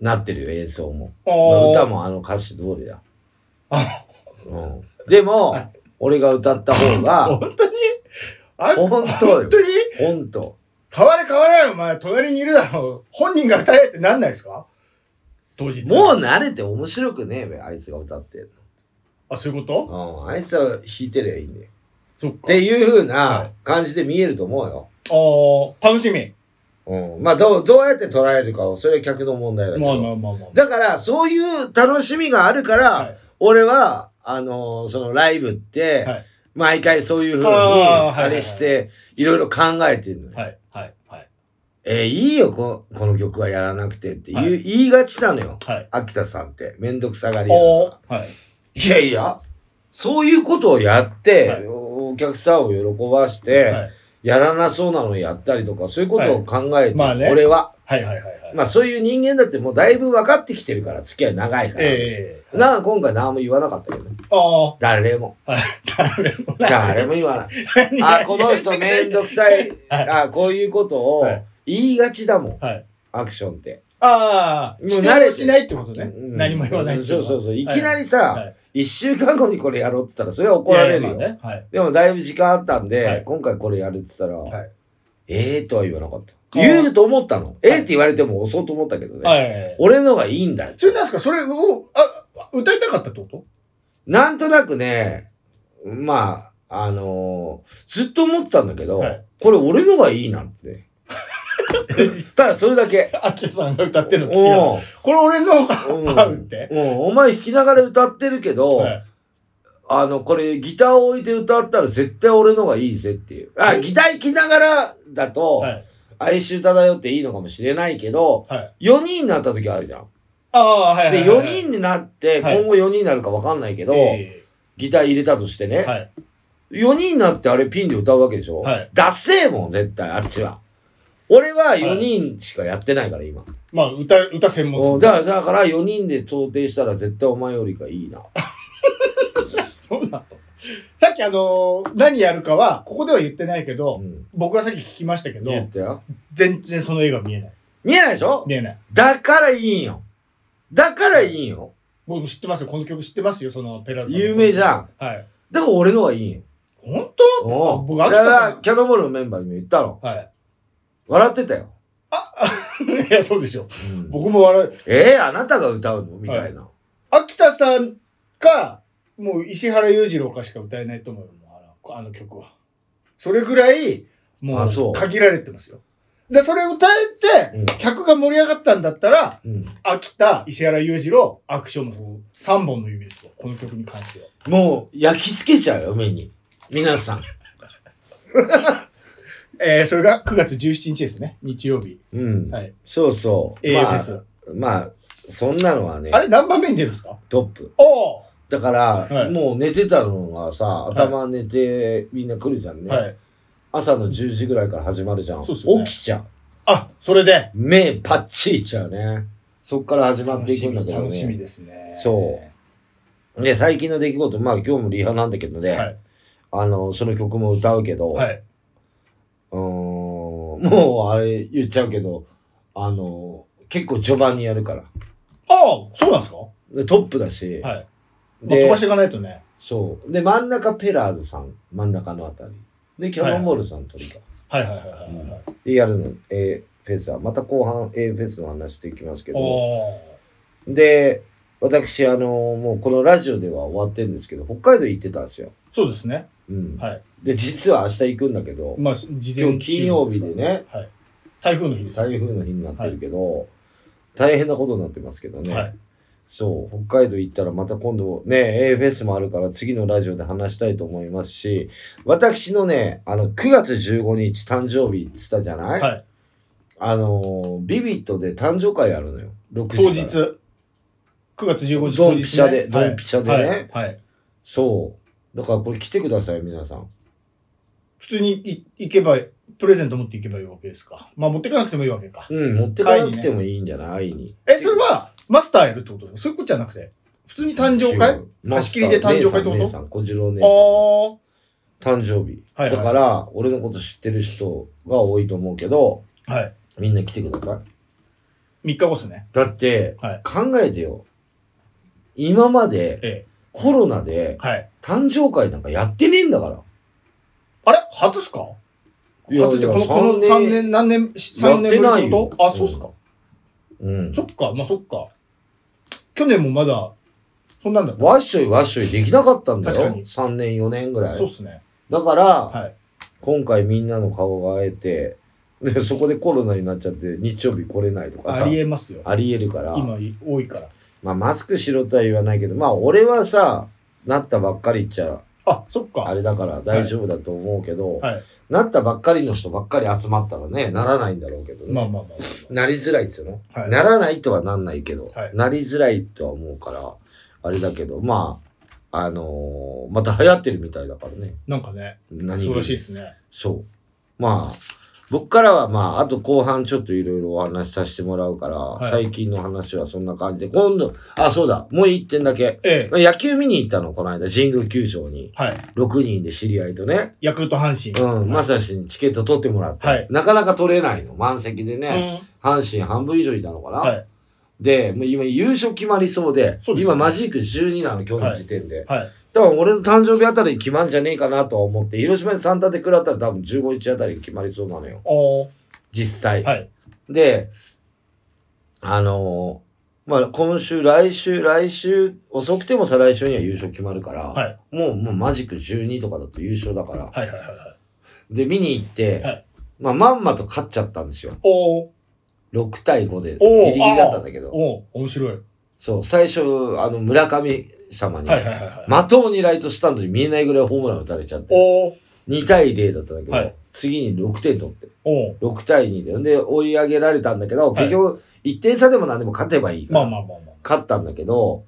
なってるよ、演奏も。あまあー歌もあの歌詞通りだ。あうん、でも、はい俺が歌った方 が、本当にあ本当よ本当にほんと、変われ変われお前、隣にいるだろう。本人が歌えってなんないですか当日。もう慣れて面白くねえべ、あいつが歌ってるあ、そういうことの。うん、あいつは弾いてりゃいいんだよ。そっか。っていう風はない感じで見えると思うよ。ああ、楽しみ。うん。まあ、どう、どうやって捉えるかは、それは客の問題だけど。まあまあまあまあ。だから、そういう楽しみがあるから、はい俺は、あのーそのライブって、はい毎回そういうふうに、あーはいはいはいあれして、いろいろ考えてるのよ。はい、はい、はい。えーいいよこ、この曲はやらなくてって言,、はう言いがちなのよ。はい。秋田さんって、めんどくさがりあ屋だかあ、はらい。いやいや、そういうことをやって、はいお客さんを喜ばして、はいやらなそうなのやったりとか、そういうことを考えて、まあね俺は。はい、はい、はい。まあそういう人間だってもうだいぶ分かってきてるから、付き合い長いから。ええ。なあ、今回何も言わなかったけどね。あ誰 も。あ、はい。誰もない。誰も言わない。何があ、この人めんどくさい。はいあ、こういうことをはい言いがちだもん。はいアクションって。ああ、もう否慣れて定をしないってことね。うん何も言わないっていそうのはそうそう。いきなはいりさ、はい一週間後にこれやろうって言ったら、それは怒られるよ。いやいやまあねはい。でもだいぶ時間あったんで、はい今回これやるって言ったら、はいええーとは言わなかった。あー言うと思ったの。ええーって言われても押そうと思ったけどね。はいはいはい。俺のがいいんだ。それなんですかそれを、あ、歌いたかったってことなんとなくね、まあ、あのーずっと思ってたんだけど、はいこれ俺のがいいな って。ただそれだけ。アキラさんが歌ってるの聞きながらおうこれ俺のうん合うって。うんお前弾きながら歌ってるけど、はいあの、これギターを置いて歌ったら絶対俺のがいいぜっていう。あ、ギター弾きながらだと、はい。哀愁漂っていいのかもしれないけど、はい4人になった時あるじゃん。ああ、はいはいで、はいは4い。人になって、はい今後4人になるか分かんないけど、えギター入れたとしてね、えはい。 4人になってあれピンで歌うわけでしょ、はいダッセーもん、絶対、あっちは。俺は4人しかやってないから、今。まあ、歌、歌専門うんですねだから、だから4人で想定したら絶対お前よりがいいな。そんなのさっきあのー何やるかは、ここでは言ってないけど、うん。僕はさっき聞きましたけど、言ったよ。全然その絵が見えない。見えないでしょ見えない。だからいいんよ。だからいいんよ。僕も知ってますよ。この曲知ってますよ。そのペラザの有名じゃん。はい。だから俺のがいいんよ。本おう僕秋だ田かさんら、キャノンボールのメンバーにも言ったの。当はい。笑ってたよ。い や、そうでしょ。うん僕も笑う。えー、あなたが歌うのみたいな。秋田さんか、もう石原裕次郎かしか歌えないと思うよ。もうあのあの曲は。それぐらい、もあそうう限られてますよ。で、それ歌えて、うん客が盛り上がったんだったら、うん秋田、石原裕次郎、アクションの3本の指ですよ。この曲に関しては。もう、焼き付けちゃうよ、目に。皆さん。えー、それが9月17日ですね。日曜日。うん。はいそうそう。 AM まであ、す。まあ、そんなのはねあ、れ何番目に出るんですかトップ。おーだから、はいもう寝てたのがさ、い頭寝てみんな来るじゃんね。はい。朝の10時ぐらいから始まるじゃん。そうっすよね起きちゃう。あ、それで。目パッチリいっちゃうね。そっから始まっていくんだけどね。楽しみですね。そで、最近の出来事、まあ今日もリハなんだけどね、はいあの、その曲も歌うけど、はい。うーん、もうあれ言っちゃうけど、あの、結構序盤にやるから。ああ、そうなんですかはでトップだし、い。まあ、で飛ばしていかないとね。そう。で、真ん中ペラーズさん、真ん中のあたり。で、キャノンボールさんとか。はいはいはいはいはい。で、やるの、A フェスは。また後半 A フェスの話していきますけど。おーで、私、あの、もうこのラジオでは終わってるんですけど、北海道行ってたんですよ。そうですね。うん。はい。で、実は明日行くんだけど、まあ、事前今日金曜日でね、はい。台風の日ですよ。台風の日になってるけど、大変なことになってますけどね、はい。そう北海道行ったらまた今度ね A フェスもあるから次のラジオで話したいと思いますし私のねあの9月15日誕生日っつったじゃない、はいあのービビットで誕生会あるのよ6時当から日、9月15日ド当ン日ね。ピシャではいドンピシャでねはいはい。そうだからこれ来てください皆さん普通にい行けば、プレゼント持っていけばいいわけですか。まあ、持ってかなくてもいいわけか。うん持ってかなくてもいいんじゃない会いにえ、それは、マスターやるってことですかそういうことじゃなくて。普通に誕生会あ貸し切りで誕生会ってこ姉さとん姉さん小次郎姉あさんー。誕生日。はいはいだから、俺のこと知ってる人が多いと思うけど、はい。みんな来てください。 3日後ですね。だって、はい考えてよ。今までええ。コロナではい。誕生会なんかやってねえんだから。あれ初っすかいや初ってこのいやこの三年3年、何年、3年ぶやってないりのよことあ、そうっすか。うん。そっか、まあそっか。去年もまだ、そんなんだった。わっしょいわっしょいできなかったんだよ。確かに3年4年ぐらいそうっ。すね。だから、はい。今回みんなの顔が会えて、でそこでコロナになっちゃって日曜日来れないとかあさりえますよ。ありえるから今多いから。まあマスクしろとは言わないけどまあ俺はさなったばっかりっちゃあ、そっあか。れだから大丈夫だと思うけど、はいなったばっかりの人ばっかり集まったらねならないんだろうけどね、まあまあまなりづらいですよね、あまあ。ならないとはなんないけど、はいなりづらいとは思うからあれだけどまああのーまた流行ってるみたいだからねなんかね、何気そうにらしいですね。そう。まあ、僕からはまあ、あと後半ちょっといろいろお話しさせてもらうから、い最近の話はそんな感じで、今度、あ、そうだ、もう一点だけ。ええ。野球見に行ったの、この間、神宮球場に。はい。 6人で知り合いとね。ヤクルト阪神。うん、まさしにチケット取ってもらって。はいなかなか取れないの、満席でね。うん阪神半分以上いたのかな。はい。で、もう今優勝決まりそうで、そうですね今マジック12なの、今日の時点で。はい。多分俺の誕生日あたりに決まんじゃねえかなとは思って、広島に三立て食らったら多分15日あたりに決まりそうなのよ。おー実際。はい。で、あのーまあ、今週、来週、来週、遅くても再来週には優勝決まるから、はい。もう、もうマジック12とかだと優勝だから。はいはいはいはい。で、見に行って、はいまあ、まんまと勝っちゃったんですよ。おー6対5で、ギおーリギリだったんだけど。おー面白い。そう、最初、あの、村上様に、はいはいはいは い。的をにライトスタンドに見えないぐらいホームラン打たれちゃって。おー2対0だったんだけど、はい次に6点取って、おー6対2で、で、追い上げられたんだけど、はい結局、1点差でも何でも勝てばいいから、まあまあまあまあ。勝ったんだけど、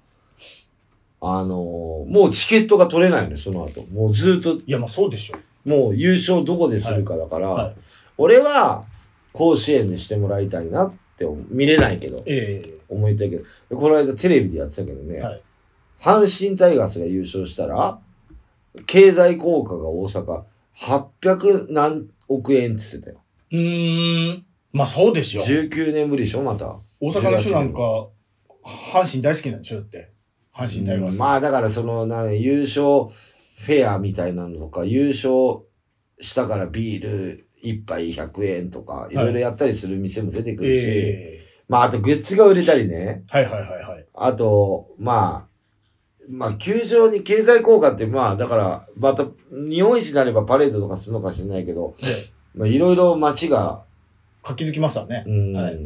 あのーもうチケットが取れないのよ、その後。もうずっと、いやまあそうでしょう。もう優勝どこでするかだから、はいはい俺は、甲子園でしてもらいたいなって思う、見れないけど、え思いたいけど、でこの間テレビでやってたけどね、はい阪神タイガースが優勝したら、経済効果が大阪、800何億円って言ってたよ。え。うーん。まあそうですよ。 19年ぶりでしょ、また。大阪の人なんか、阪神大好きなんでしょだって。阪神タイガース。まあだからそのな優勝フェアみたいなのとか優勝したからビール1杯100円とかいろいろやったりする店も出てくるし、ええ。まああとグッズが売れたりねはいはいはいはい。あとまあまあ球場に経済効果ってまあだからまた日本一になればパレードとかするのかしれないけどで、まあいろいろ街が活気づきますわねう。ん、はい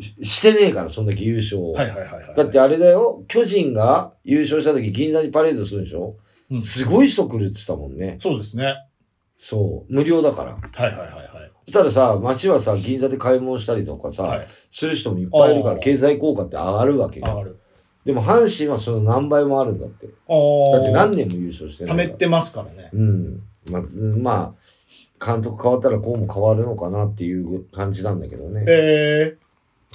ししてねえからそんだけ優勝を。はいはいはいはい。だってあれだよ、巨人が優勝した時銀座にパレードするんでしょ、うんすごい人来るって言ってたもんね。そうですね。はそう。無料だから。いはいはいはい。そしたらさ、街はさ、銀座で買い物したりとかさ、はいする人もいっぱいいるかあら、ー経済効果って上がるわけ上よ。がる。でも阪神はその何倍もあるんだって。だってあ何あ。年も優勝してな溜いからめてますからね。うん。まあ、ずまあ、監督変わったらこうも変わるのかなっていう感じなんだけどね。え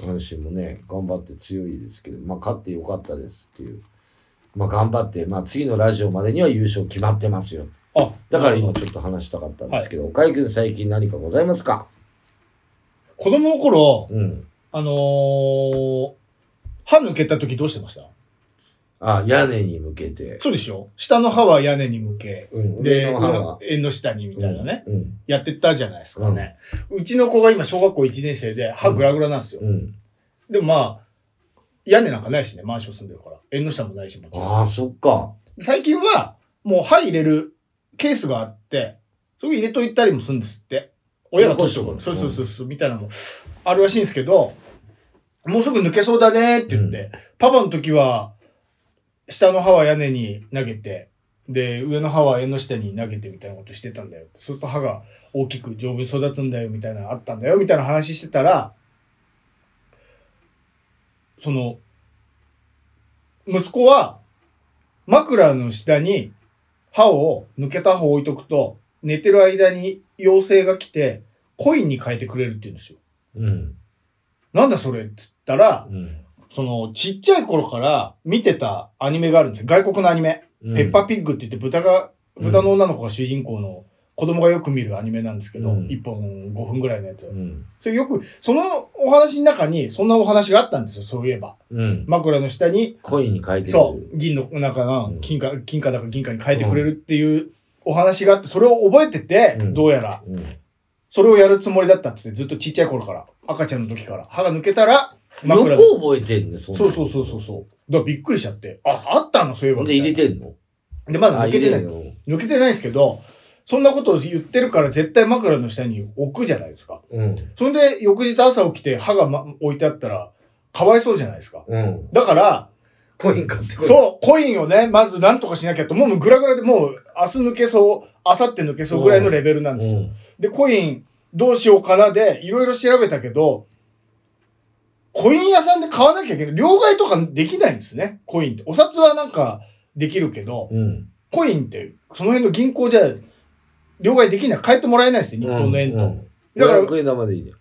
え。阪神もね、頑張って強いですけど、まあ、勝ってよかったですっていう。まあ、頑張って、まあ、次のラジオまでには優勝決まってますよ。あ、だから今ちょっと話したかったんですけど、岡井くん最近何かございますか子供の頃、うん。あのー、歯抜けた時どうしてましたあ、屋根に向けて。そうでしょ下の歯は屋根に向け、うん。で、上の歯は。縁の下にみたいなね、うん。やってったじゃないですかね。うちの子が今小学校1年生で歯グラグラなんですよ。うん。でもまあ、屋根なんかないしね、マンション住んでるから。縁の下もないし、もちろああ、そっか。ん。最近は、もう歯入れるケースがあって、そこ入れといたりもするんですって。親が取っておうんく。そうそうそうそう、みたいなのもあるらしいんですけど、もうすぐ抜けそうだねって言って、パパの時は、下の歯は屋根に投げて、で、上の歯は縁の下に投げてみたいなことしてたんだよ。そうすると歯が大きく丈夫に育つんだよみたいなのあったんだよみたいな話してたら、その、息子は枕の下に歯を抜けた歯を置いとくと、寝てる間に妖精が来て、コインに変えてくれるって言うんですよ。うん。なんだそれって言ったらう、ん。その、ちっちゃい頃から見てたアニメがあるんですよ。外国のアニメ。うんペッパーピッグって言って豚が、豚の女の子が主人公の子供がよく見るアニメなんですけど、うん1本5分ぐらいのやつう。ん。それよく、そのお話の中に、そんなお話があったんですよ、そういえば。うん。枕の下に、恋に変えてくれるそう、銀の中のうん金貨、金貨だか銀貨に変えてくれるっていうお話があって、それを覚えててう、んどうやら、うん。それをやるつもりだったっつって、ずっとちっちゃい頃から、赤ちゃんの時から、歯が抜けたら、よ枕く覚えてんね、そんなそうのそうそうそうそう。だからびっくりしちゃって、あ、あったの、そういえば。で、入れみたいてんのなで、まだあ抜けてない。入れんの抜けてないですけど、そんなことを言ってるから絶対枕の下に置くじゃないですか。うん。それで翌日朝起きて歯が、ま、置いてあったら、かわいそうじゃないですか。うん。だから、コイン買ってこい。そう、コインをね、まず何とかしなきゃと、もうグラグラでもう明日抜けそう、明後日抜けそうぐらいのレベルなんですよ。ん。で、コインどうしようかなで、いろいろ調べたけど、コイン屋さんで買わなきゃいけない。両替とかできないんですね、コインって。お札はなんかできるけど、うん。コインってその辺の銀行じゃ両替できない。買ってもらえないですね、日本の円と。うん。だから500円玉でいいね。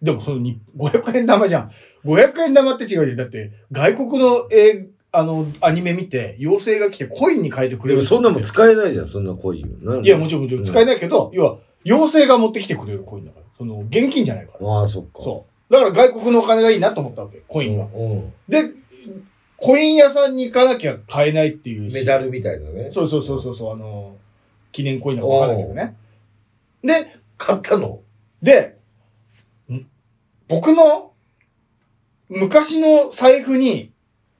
でもそのに500円玉じゃん。500円玉って違うよ。だって外国の、えーあの、アニメ見て、妖精が来てコインに変えてくれでもるって言そっんて。なもん使えないじゃん、そんなコイン。なんいや、もちろんもちろん使えないけど、要は妖精が持ってきてくれるコインだから。その現金じゃないから。ああ、そっか。そう。だから外国のお金がいいなと思ったわけ、コインが。うん。で、コイン屋さんに行かなきゃ買えないっていうしメダルみたいなね。そうそうそうそうそう、あの、記念コインだかわかんないけどね。で、買ったので、ん僕の昔の財布に、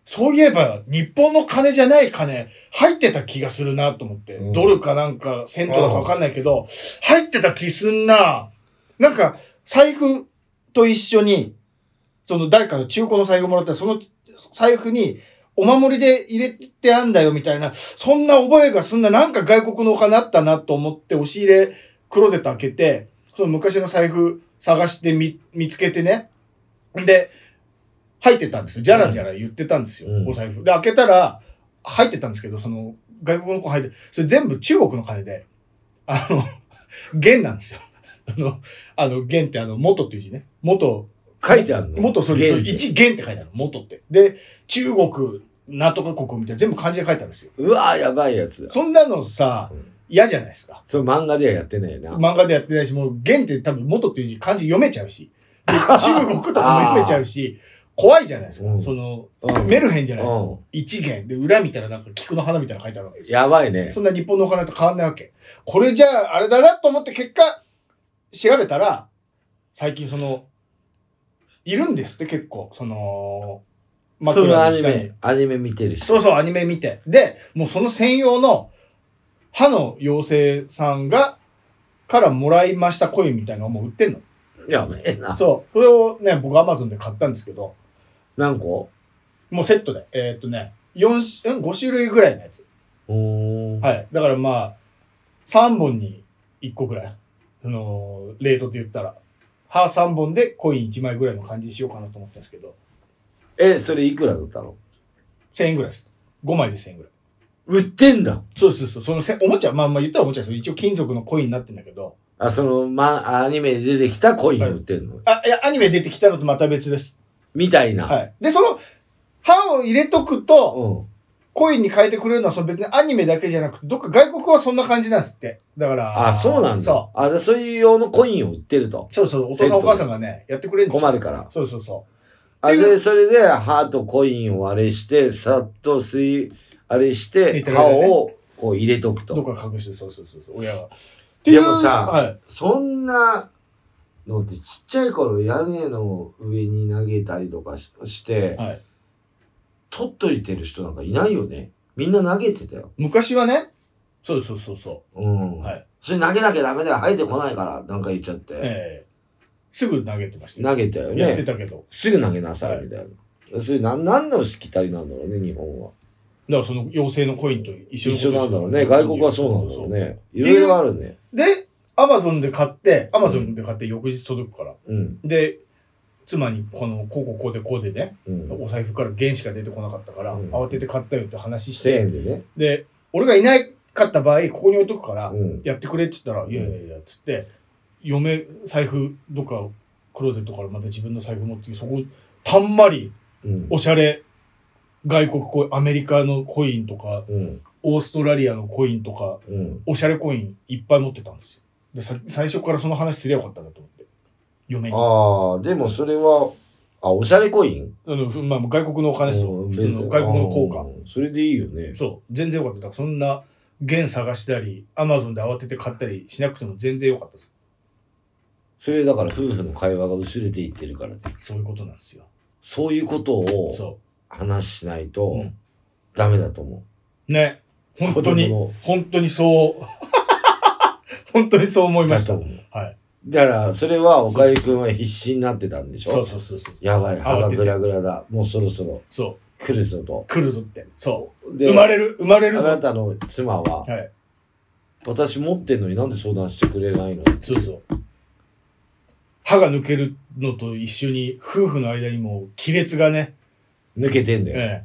そういえば日本の金じゃない金入ってた気がするなと思って、うんドルかなんかセントだかわかんないけど、入ってた気すんな。なんか財布と一緒に、その誰かの中古の財布もらったら、その財布にお守りで入れてあんだよみたいな、そんな覚えがすんな、なんか外国のお金あったなと思って押し入れ、クローゼット開けて、その昔の財布探してみ、見つけてね。で、入ってたんですよ。じゃらじゃら言ってたんですよ、うんお財布。で、開けたら、入ってたんですけど、その、外国の子入って、それ全部中国の金で、あの、元なんですよ。あの、あの、元ってあの、元っていう字ね。元、書いてあるの元それ、それ現地一元って書いてある。元って。で、中国、なんとか国みたいな、全部漢字で書いてあるんですよ。うわーやばいやつだ。そんなのさうん、嫌じゃないですか。それ漫画ではやってないよな。漫画でやってないし、もう、元って多分、元っていう字、漢字読めちゃうし。 で中国とかも読めちゃうし、怖いじゃないですか。うんその、うんメルヘンじゃない、うん。一元。で、裏見たらなんか菊の花みたいなの書いてあるわけですよ。やばいね。そんな日本のお金と変わんないわけ。これじゃあ、あれだなと思って結果、調べたら、最近その、いるんですって結構、その、そのアニ枕の下にメ、アニメ見てる人。そうそう、アニメ見て。で、もうその専用の、歯の妖精さんが、からもらいましたコインみたいなのをもう売ってんの。やべえな。そう。それをね、僕アマゾンで買ったんですけど、何個もうセットで。えーっとね、四種、ん ?5 種類ぐらいのやつ。うーん。はい。だからまあ、3本に1個ぐらい。あのーレートで言ったら。歯3本でコイン1枚ぐらいの感じにしようかなと思ったんですけど、え、それいくらだったの1000円ぐらいです。5枚で1000円ぐらい。売ってんだ。そうそうそう。そのせおもちゃ、まあまあ言ったらおもちゃですよ。一応金属のコインになってんだけど。あ、その、ま、アニメで出てきたコインを売ってんの。あ、いや、アニメ出てきたのとまた別です。みたいな。はい。で、その、歯を入れとくうと、ん。コインに変えてくれるのはその別にアニメだけじゃなくて、どっか外国はそんな感じなんですって。だから。あ、そうなんだそ。あ、でそういう用のコインを売ってるとう。。そうそう。お父さんお母さんがね、やってくれるんですよ。困るから。そうそうそう。あっていで、それで、歯とコインをあれして、さっと吸い、あれして入れ、てる歯間ねをこう入れとくどと。っか隠して、そうそうそうそう、親は。でもさはい、そんなのってちっちゃい頃屋根の上に投げたりとかしして、はい取っといてる人なんかいないよね。みんな投げてたよ。昔はね、そうそうそうそうん。う、はい、それ投げなきゃダメだよ。生えてこないから、なんか言っちゃって。ええすぐ投げてましたよ投げたよやってね。たけど、すぐ投げなさい、みたいな。それなん、なんのしきたりなんだろうね、日本は。だからその妖精のコインと一一緒緒のなこんとだろうね。外国はそうなんだろうね。いろいろあるね。で、アマゾンで買って、アマゾンで買って翌日届くから。うん。で、妻にこの、こうこうこうでこうでね、うん。お財布から原しか出てこなかったから、うん慌てて買ったよって話1000して、円でね。で、俺がいなかった場合、ここに置いとくから、うん。やってくれって言ったら、いやいやいや、つって、嫁、財布、どっかクローゼットからまた自分の財布持ってきて、そこ、たんまり、うん。おしゃれ、外国コイン、アメリカのコインとか、うん。オーストラリアのコインとか、うん。おしゃれコインいっぱい持ってたんですよ。で、さ最初からその話すりゃよかったなと思って。嫁に。あああ、でもそれは、あ、おしゃれコインの、ふまあ、外国のお金ですよ。うん普通の外国の効果。うんそれでいいよね。そう、全然よかった。だからそんな、元探したり、アマゾンで慌てて買ったりしなくても全然よかったです。それだから夫婦の会話が薄れていってるからね。そういうことなんですよ。そういうことそうを。話しないとうんダメだと思う。ね。本当子に供の、本当にそう。 本当にそう思いまだした。とは思うい。だから、それは、おかゆくんは必死になってたんでしょそうそうそうそう。やばい、歯が慌ててグラグラだ。もうそろそろそ来るぞとう。。来るぞって。そう。で生まれる、生まれあるなぞ。たの妻は、はい私持ってんのになんで相談してくれないのそうそう。歯が抜けるのと一緒に、夫婦の間にも亀裂がね、抜けてんだよ。ええ、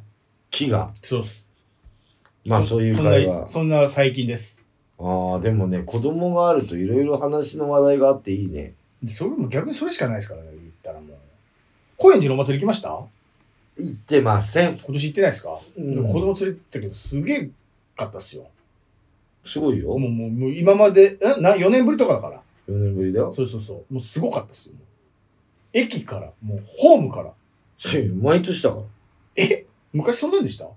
木が。そうっす。まあそそういう会そん話な。そんな最近です。ああ、でもね、子供があるといろいろ話の話題があっていいね。でそれも逆にそれしかないですからね、言ったらもう。高円寺のお祭り行きました言ってません。今年行ってないですか、うんでも子供連れてったけど、すげえかったっすよ。すごいよ。もう、 4もう、もう今まで、えな、4年ぶりとかだから。年ぶりだよ。そうそうそう。もうすごかったっすよ。駅から、もうホームから。し毎年だから。え昔そんなんでした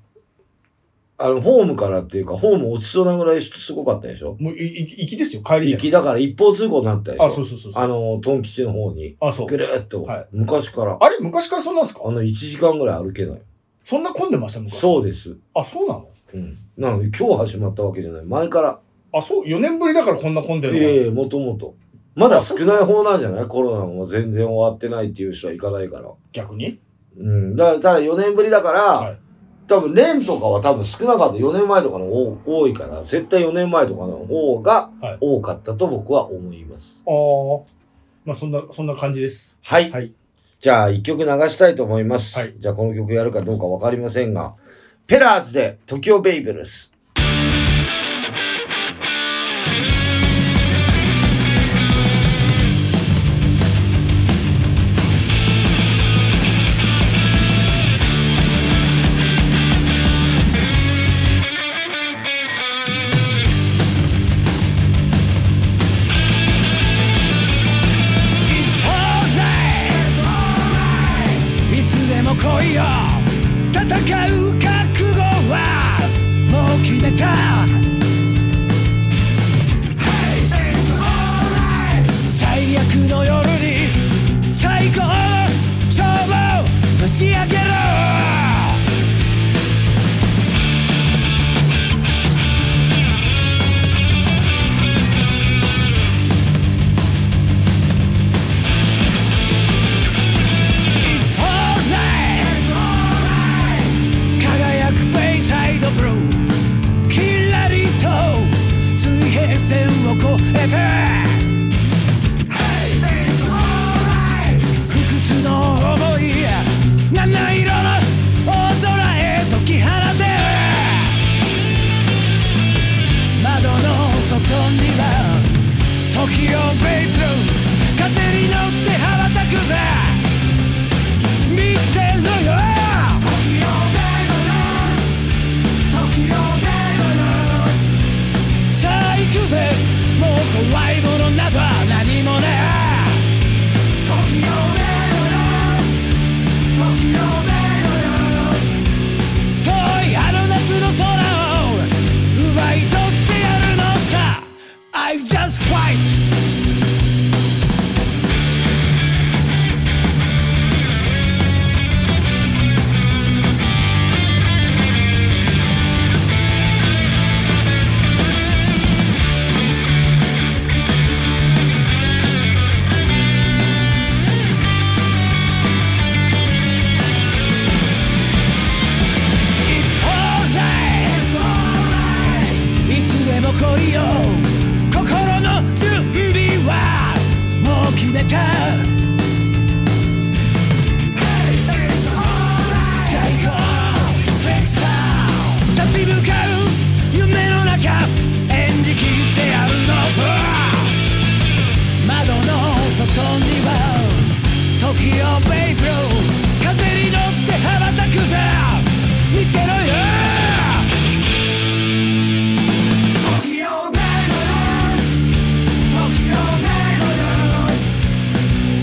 あの、ホームからっていうか、ホーム落ちそうなぐらいすごかったでしょもう、い、い、行きですよ、帰りじ行ゃん。きだから一方通行になったでしょあ、そうそうそうそう。あの、トン吉の方に、あ、そうぐ。るーっと、はい昔から、あれ昔からそんなんですかあの、1時間ぐらい歩けない。そんな混んでました昔。。そううです。あ、そうなのうん。なので、今日始まったわけじゃない。前から。あ、そう。4年ぶりだからこんな混んでいえるいえ、もともと。まだ少ない方なんじゃないコロナも全然終わってないっていう人は行かないから。の逆にうん。だから、ただ4年ぶりだから、はい多分、レンとかは多分少なかった。4年前とかの方多いから、絶対4年前とかの方がはい多かったと僕は思います。ああ。まあ、そんな、そんな感じです。はい。はいじゃあ、一曲流したいと思います。はいじゃあ、この曲やるかどうかわかりませんが、ペラーズで、トキオベイブルス。 It's alright いつでも来いよ戦う覚悟はもう決めた Hey, it's alright 最悪の夜に最高の勝負ぶち上げろ「輝くベイサイドブルー」「キラリと水平線を越えて」「不屈の想い」「七色の大空へ解き放て」「窓の外には時をベイブルース」「風に乗って羽ばたくぜ」見てろよ「時をベイブルース」「時をベイブルース」「さあ行くぜもう怖いものなどは何もねえ」「時をベイブルース」「時をベイブルース」「遠いあの夏の空を奪い取ってやるのさ」「I just fight」It's alright いつでも来いよ心の準備はもう決めた Hey, it's alright 最高 Takes o u 立ち向かう夢の中演じ切ってやるのさ窓の外には時をベイブルース風に乗って羽ばたくぜ見てろよ時をベイブルース時をベイブルース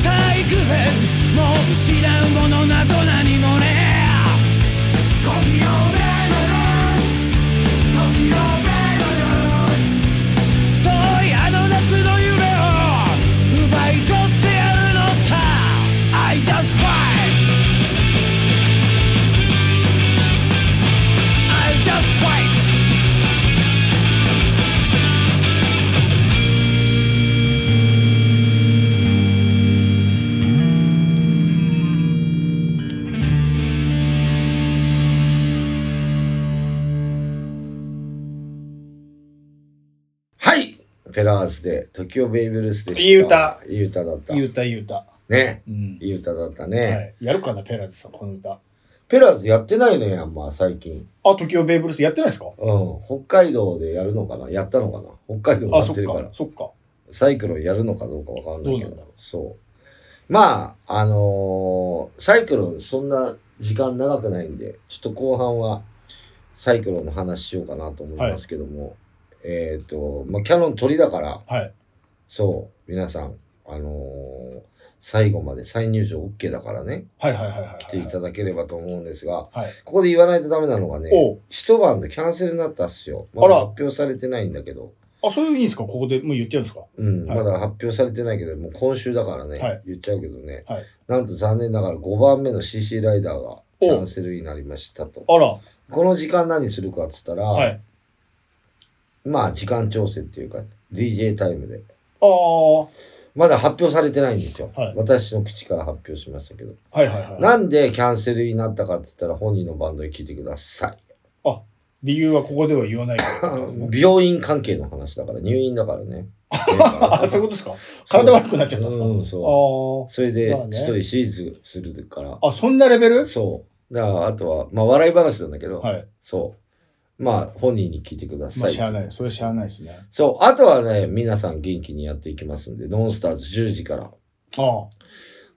ペラーズで、時をベイブルースでした。いい歌。いい歌だった。言うた言うた。ね。うん。いい歌だったはね。い。やるかな、ペラーズさん、この歌。ペラーズやってないのやん、まあ最近。あ、時をベイブルースやってないですかうん。北海道でやるのかなやったのかな北海道であ、やっそてっるからか。。そっか。サイクロンやるのかどうかわかんないけどうど。なんだろそう。まあ、あのーサイクロンそんな時間長くないんで、ちょっと後半はサイクロンの話しようかなと思いますけども、えっ、と、まあ、キャノン鳥だから、はい。そう、皆さん、あのー最後まで再入場 OK だからね、はいはいはいはいはい。来ていただければと思うんですが、はいここで言わないとダメなのがねおう、一晩でキャンセルになったっすよ。まだあら発表されてないんだけど。あ、そういういいんですかここでもう言っちゃうんですかうん、はいまだ発表されてないけど、もう今週だからね、はい言っちゃうけどね、はいなんと残念ながら5番目の CC ライダーがキャンセルになりましたと。あら。この時間何するかっつったら、はい。まあ時間調整っていうか、DJ タイムで。ああ。はまだ発表されてないんですよ。はい私の口から発表しましたけど。いはいはい。なんでキャンセルになったかっつったら本人のバンドに聞いてください。 理由はここでは言わないから。病院関係の話だから、入院だからね。 あ、そういうことですか体悪くなっちゃったんですかうん、あそう。ーそれでまあね一人手術するから。あ、そんなレベルそう。だから、あとは、まあ、笑い話なんだけど、はい。そう。まあ、本人に聞いてくだまさあ、い。知らない。それ知らないですね。そう。あとはね、皆さん元気にやっていきますんで、ノンスターズ10時から。ああ。は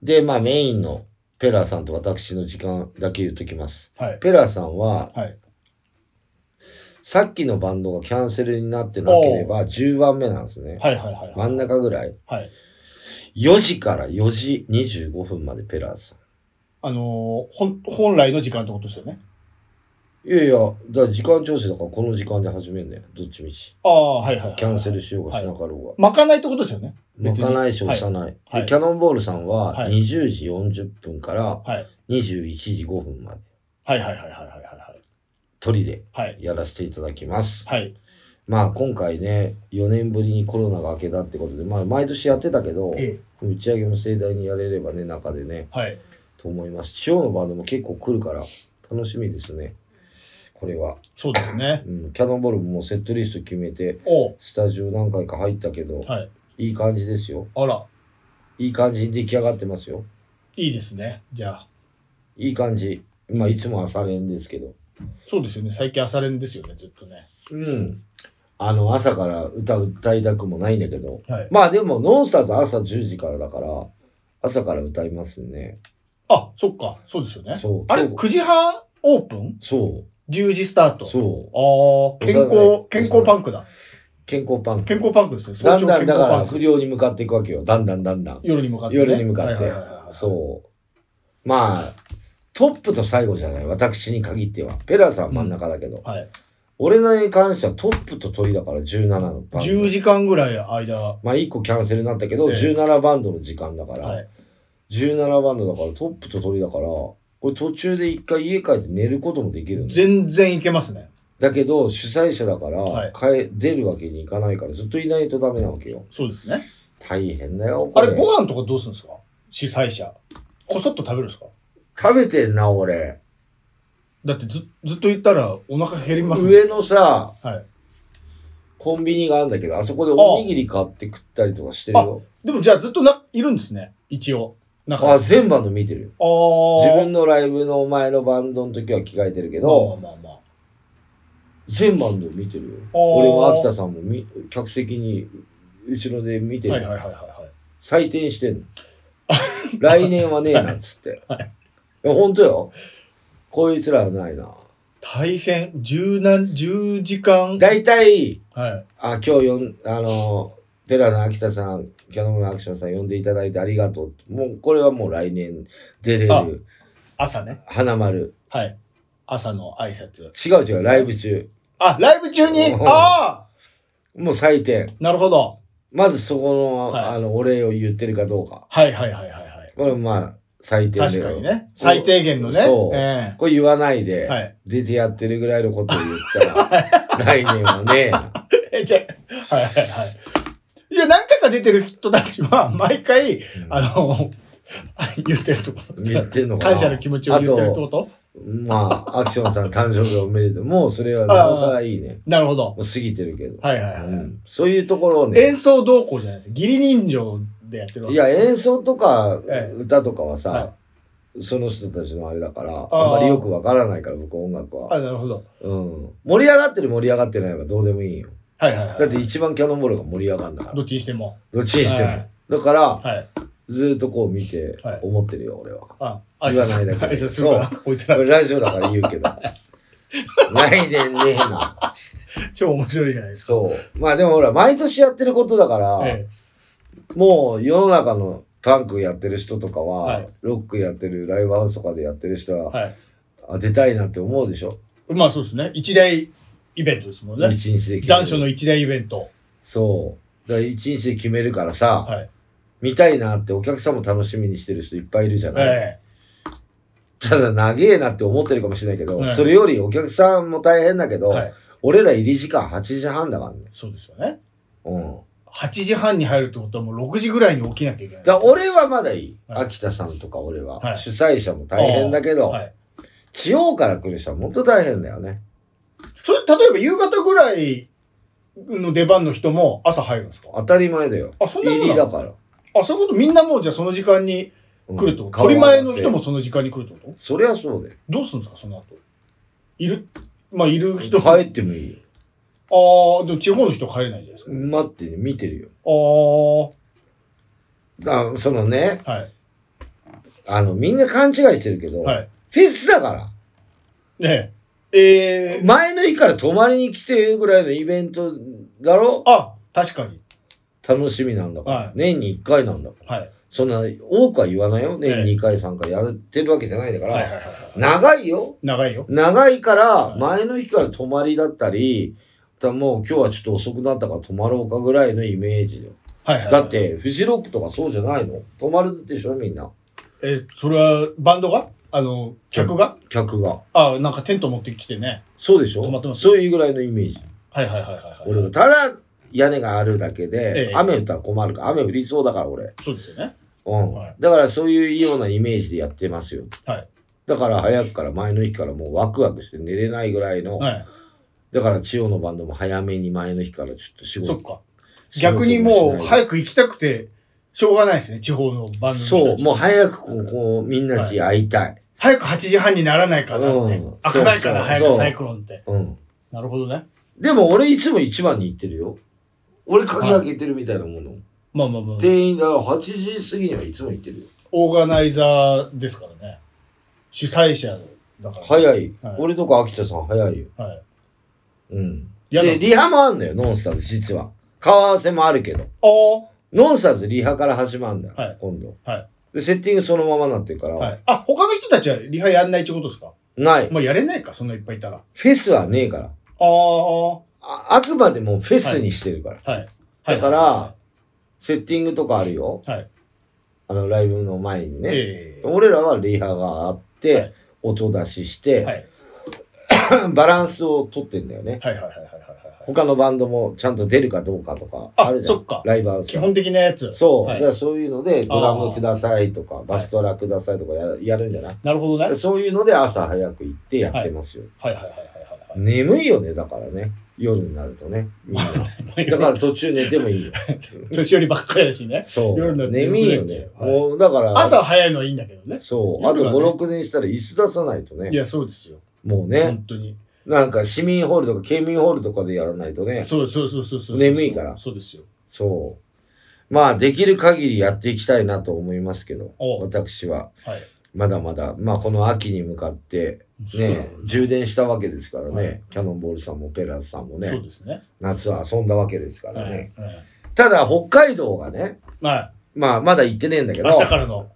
で、まあ、メインのペラーさんと私の時間だけ言っときます。い。ペラーさんは、はいさっきのバンドがキャンセルになってなければ、10番目なんですね。はいはいはいは真ん中ぐらい。い。はい。 4時から4時25分までペラーさん。あのー、ほん、本来の時間ってことですよね。いやいや、だから時間調整だからこの時間で始めるんだよ。どっちみち。ああ、はいはいはい。キャンセルしようがしなかろうが。まかないってことですよね。巻かないし押さない。はいで、キャノンボールさんははい20時40分からはい。 21時5分まで、はいはいはいはいはいはい。鳥ではい。やらせていただきます。はい。まあ、今回ね、4年ぶりにコロナが明けたってことで、まあ、毎年やってたけど、ええ。打ち上げも盛大にやれればね、中でね、はい。と思います。地方のバンドも結構来るから、楽しみですね。これは。そうですね。うん、キャノンボールももうセットリスト決めて、おうスタジオ何回か入ったけど、はい。いい感じですよ。あら。いい感じに出来上がってますよ。いいですね。じゃあ。いい感じ。まあ、いつも朝練ですけど。そうですよね。最近朝練ですよね、ずっとね。うん。あの、朝から歌歌いたくもないんだけど。はい。まあ、でも、ノンスターズ朝10時からだから、朝から歌いますね。あ、そっか。そうですよね。そうあれ、今日9時半オープンそ ?10 時スターう。ト。そう。ああ、健幼康い、健康パンクだ。健康パンク。健康パンクですね。だ早ん朝だ健ん、だ康かパらンク。不良に向かっていくわけよ。だんだんだんだん。夜に向かってね。夜に向かっはいはいはいはて。いそう。まあ、トップと最後じゃない。私に限っては。ペラーさんは真ん中だけど。はい。俺らに関してはトップと鳥だから17の番。 10時間ぐらい間。まあ1個キャンセルになったけど、ええ17バンドの時間だから、はい。 17バンドだからトップと鳥だから、これ途中で一回家帰って寝ることもできるんだよ全然いけますね。だけど主催者だから、はい帰出るわけにいかないからずっといないとダメなわけよ。そうですね。大変だよ、こあれ。れ、ご飯とかどうするんですか主催者。こそっと食べるんですか食べてんな、俺。だってず、ずっと言ったらお腹減りますね。上のさ、はいコンビニがあるんだけど、あそこでおにぎり買って食ったりとかしてるよ。でもじゃあずっとな、いるんですね。一応。なんか。あ全バンド見てるよ。あー自分のライブのお前のバンドの時は着替えてるけど、まあまあまあまあ。全バンド見てるよ。あー俺も秋田さんもみ客席に後ろで見てる。はいはいはいはいはい。採点して んの。来年はねえなっつって。はいいや、本当よ。こいつらはないな。大変。十何、十時間。大体、はい。あ、今日よん、あの、ペラの秋田さん、キャノンのアクションさん呼んでいただいてありがとう。もう、これはもう来年出れある。朝ね。花丸。はい。朝の挨拶。違う違う、ライブ中。あ、ライブ中におーああもう採点。なるほど。まずそこの、はいあの、お礼を言ってるかどうか。はいはいはいはいはい。これまあ、採点で。確かにね。最低限のね。そうえこれ言わないえで、はい。出てやってるぐらいのことを言 ったら、来年はね、え、じゃあはいはいはい。いや、何回か出てる人たちは、毎回、あの、言ってるってこと 言ってんのかな。感謝の気持ちを言ってるってことまあ、アクションさん誕生日おめでとう。もうそれはなおさらいいね。なるほど。もう過ぎてるけど。はいはいはい。うんそういうところをね。演奏動向じゃないです。義理人情でやってるわいけ。や、演奏とかええ歌とかははさ、その人たちのあれだから、あーあんまりよくわからないから、僕音楽あ、は。なるほど。うん。盛り上がってる盛り上がってないはどうでもいいよ。はいはいはい。だって一番キャノンボールが盛り上がるんだからど。っちにしても。どっちにしてはもだい。から、はい。ずーっとこう見てはい、思ってるよ、俺は。あ、言わないだけ挨拶するから、こいつこられ。ラジオだから言うけ ど。来年ねえな。超面白いじゃないですか。そう。まあでもほら、毎年やってることだから、えもう世の中のパンクやってる人とかは、はいロックやってるライブハウスとかでやってる人えは、はい。あ出たいなって思うでしょ。まあそうですね。一大イベントですもんね。一日で決める残暑の一大イベント。そう。だから一日で決めるからさ、はい見たいなってお客さんも楽しみにしてる人いっぱいいるじゃない。えただ、長えなって思ってるかもしれないけど、はいそれよりお客さんも大変だけえど、はい。俺ら入り時間8時半だからね。そうですよね。うん。 8時半に入るってことはもう6時ぐらいに起きなきゃいけない。だから俺はまだいい。はい秋田さんとか俺は。はい主催者も大変だけど、はい。地方から来る人はもっと大変だよね。それ、例えば夕方ぐらいの出番の人も朝入るんですか当たり前だよ。あ、そんなも入んなりのだから。あ、そういうことみんなもうじゃあその時間にうん来るってこと、顔合わ取せり前の人もその時間に来るってことそりゃそうだよ。どうするんですか、その後。いる、まあいる人帰ってもいいよ。ああ、でも地方の人は帰れないじゃないですか。待って、見てるよ。ああ、はだそのね、い。あの、みんな勘違いしてるけど、はい。フェスだから。ねえ。ええ前の日から泊まりに来てぐらいのイベントだろあ、確かに。楽しみなんだから。はい年に1回なんだから。はい。そんな多くは言わないよ。ええ年に2回、3回やってるわけじゃないんだから。はいはいはいはい。長いよ。長いよ。長いから、い前の日から泊まりだったり、だもう今日はちょっと遅くなったから泊まろうかぐらいのイメージよ。はいはい。だっ。て、フジロックとかそうじゃないの泊まるでしょみんな。えーそれはバンドがあの、客が客が。あなんかテント持ってきてね。そうでしょ泊まってますそういうぐらいのイメージ。はいはいはいはいはい。俺もただ、屋根があるだけでえ、え雨降ったら困るから、雨降りそうだから俺。そうですよね。うん。はいだからそういうようなイメージでやってますよ。はいだから早くから前の日からもうワクワクして寝れないぐらいの、はい。だから千代のバンドも早めに前の日からちょっと仕そっ事か。逆にもうい。早く行きたくて、しょうがないですね、地方のバンドの人そたう、ちもう早くこうこうみんなに会いたい。早く8時半にならないかなって。うん開かないかな、そうそう早くサイクロンって。うん。なるほどね。でも俺いつも一番に行ってるよ。俺鍵開けてるみたいなもの。まあまあまあ。店員だから8時過ぎにはいつも行ってるよ。オーガナイザーですからね。主催者だから。い。早い。はい俺とか秋田さん早いよ。はい。うん。やだで、リハもあんだよ、ノンスターズ、実は。顔合わせもあるけど。ああ。ノンスターズリハから始まるんだよ、はい今度。はいで、セッティングそのままなってるから、はい。あ、他の人たちはリハやんないってことですかない。まあやれないか、そんないっぱいいたら。あフェスはねえから。あ。はああくまでもフェスにしてるから。い。はいだから、セッティングとかあるよ。はいあの、ライブの前にね。ええ俺らはリハがあって、はい音出しして、はい。バランスを取ってんだよね。はいはいはいはいはいはい。他のバンドもちゃんと出るかどうかとか、ああるじゃそっんか。ライブハウス基は本的なやつ。そう、はだいからそういうので、ドラムくださいとか、バストラくださいとかややるんじゃないなるほどね。はいそういうので朝早く行ってやってますよ。はいはいはいはい。眠いよね、だからね。夜になるとね。みんな。だから途中寝てもいいよ。 年寄りばっかりだしね。そう。夜になると眠いよね。はいもう、だから。朝早いのはいいんだけどね。そう。あ夜とはね5、6年したら椅子出さないといね。や、そうですよ。もうね。本当に。なんか市民ホールとか県民ホールとかでやらないとね。そうそうそうそうそう。眠いからそうですよ。そう。まあ、できる限りやっていきたいなと思いますけど、お私は。はい。まだまだ、まあ、この秋に向かって、そうね、充電したわけですからね、はいキャノンボールさんもオペラーズさんもそうね、ですね。夏は遊んだわけですかはらい。ね。はいただ、北海道がね、まあ、まあ、まだ行ってねえんだけど、明日からの。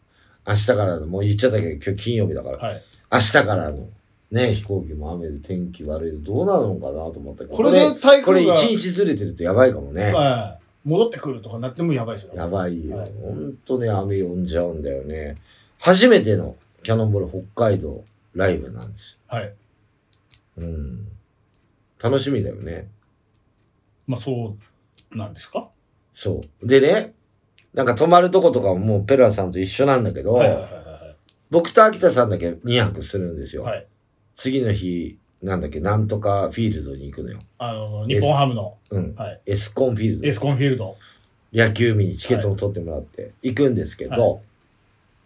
明日からの、もう言っちゃったけど、今日金曜日だから、はい。明日からの、ね、飛行機も雨で天気悪いでどうなるのかなと思ったけど、これで台これ風一が、日ずれてるとやばいかもね。はい。戻ってくるとかなってもやばいですよ。やばいよ。はいほんとね、雨呼んじゃうんだよね。初めてのキャノンボール北海道ライブなんですはい。よ。うん。楽しみだよね。まあ、そうなんですかそう。でね、なんか泊まるとことかももうペラさんと一緒なんだけど、はいはいはいはいはい。僕と秋田さんだけ2泊するんですよ。はい次の日、なんだっけ、なんとかフィールドに行くのよ。あの、日本ハムの、うん。はい。エスコンフィールドエ。スコンフィールド。野球見にチケットを取ってもらって行くんですけど、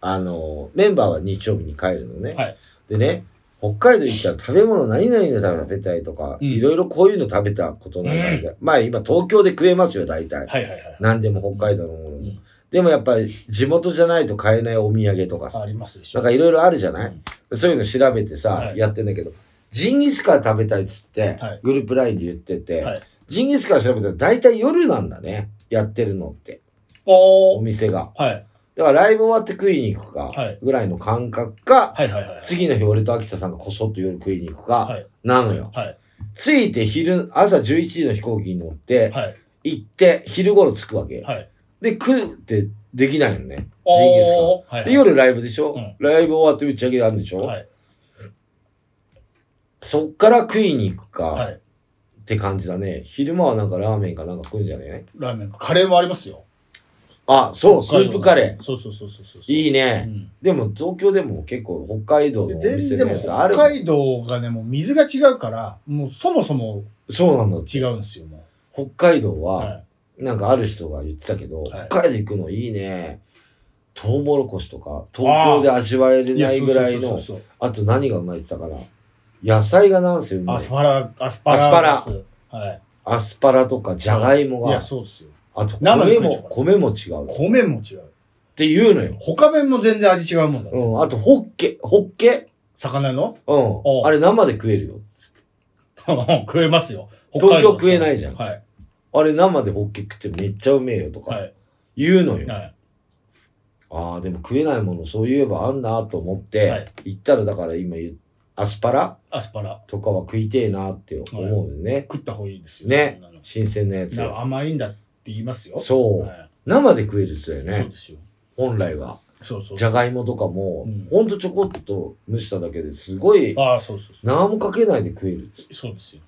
あの、メンバーは日曜日に帰るのね。はいでね、北海道行ったら食べ物何々の食べたいとか、うんいろいろこういうの食べたことないからねまあ今東京で食えますよ、大体。はいはいはい。何でも北海道のものも。うんでもやっぱり地元じゃないと買えないお土産とかあさ、ありますでしょ。なんかいろいろあるじゃない、うんそういうの調べてさ、はいやってんだけど、ジンギスカン食べたいっつって、はいグループラインで言ってて、はいジンギスカン調べたら大体夜なんだね、やってるのって、おおー店が。はいだからライブ終わって食いに行くかはい、ぐらいの感覚か、はいはいはい。次の日俺と秋田さんがこそっと夜食いに行くはかい、なのよ。はい着いて昼、朝11時の飛行機に乗って、はい行って、昼頃着くわけ。はい。で、食うってできないのね。おージンギスカンはいはいで、夜ライブでしょ、うんライブ終わって打ち上げあるんでしょ、はいそっから食いに行くはかい。って感じだね。昼間はなんかラーメンかなんか食うんじゃないラーメン、カレーもありますよ。あ、そう、スープカレー。そうそうそうそうそう。いいうね。んでも東京でも結構北海道のお全店然のもうやつあ北る。海道がね、もう水が違うから、もうそもそもそうなんだ。違うんですよ、も北海道う。は、はなんかある人が言ってたけど、はい北海道行くのいいね。トウモロコシとか、東京で味わえれい。ないぐらいやそのう、そうそうそうあと何がうまいって言ってたから、野菜がなんすよ、うまアいスパラ、アスパラガス。はい。アスパラとか、じゃがいもいがや、、そうですよ。あと生で米食えちゃうも、米も違う。っ米も違う。て言うのよ。他麺も全然味違うもんだ。うん、あと、ホッケ、ホッケ魚の うおん。うあれ生で食えるよ。食えますよ。東京食えないじゃんはい。あれ生でホッケ食ってめっちゃうめえよとはかい。言うのよ。はい。ああ、でも食えないもの、そういえばあんなと思って、はい行ったらだから今言う、アスパラアスパラ。とかは食いてえなって思うよね。食った方がいいですよ。ねそんなの。新鮮なやつ。な甘いんだって言いますよ。そう、はい生で食えるっつだよそうねで。すよ。本来は。そうそう。じゃがいもとかも、うんほんとちょこっと蒸しただけですごい、ああ、そうそうそう。何もかけないで食えるっつ。そうですよ。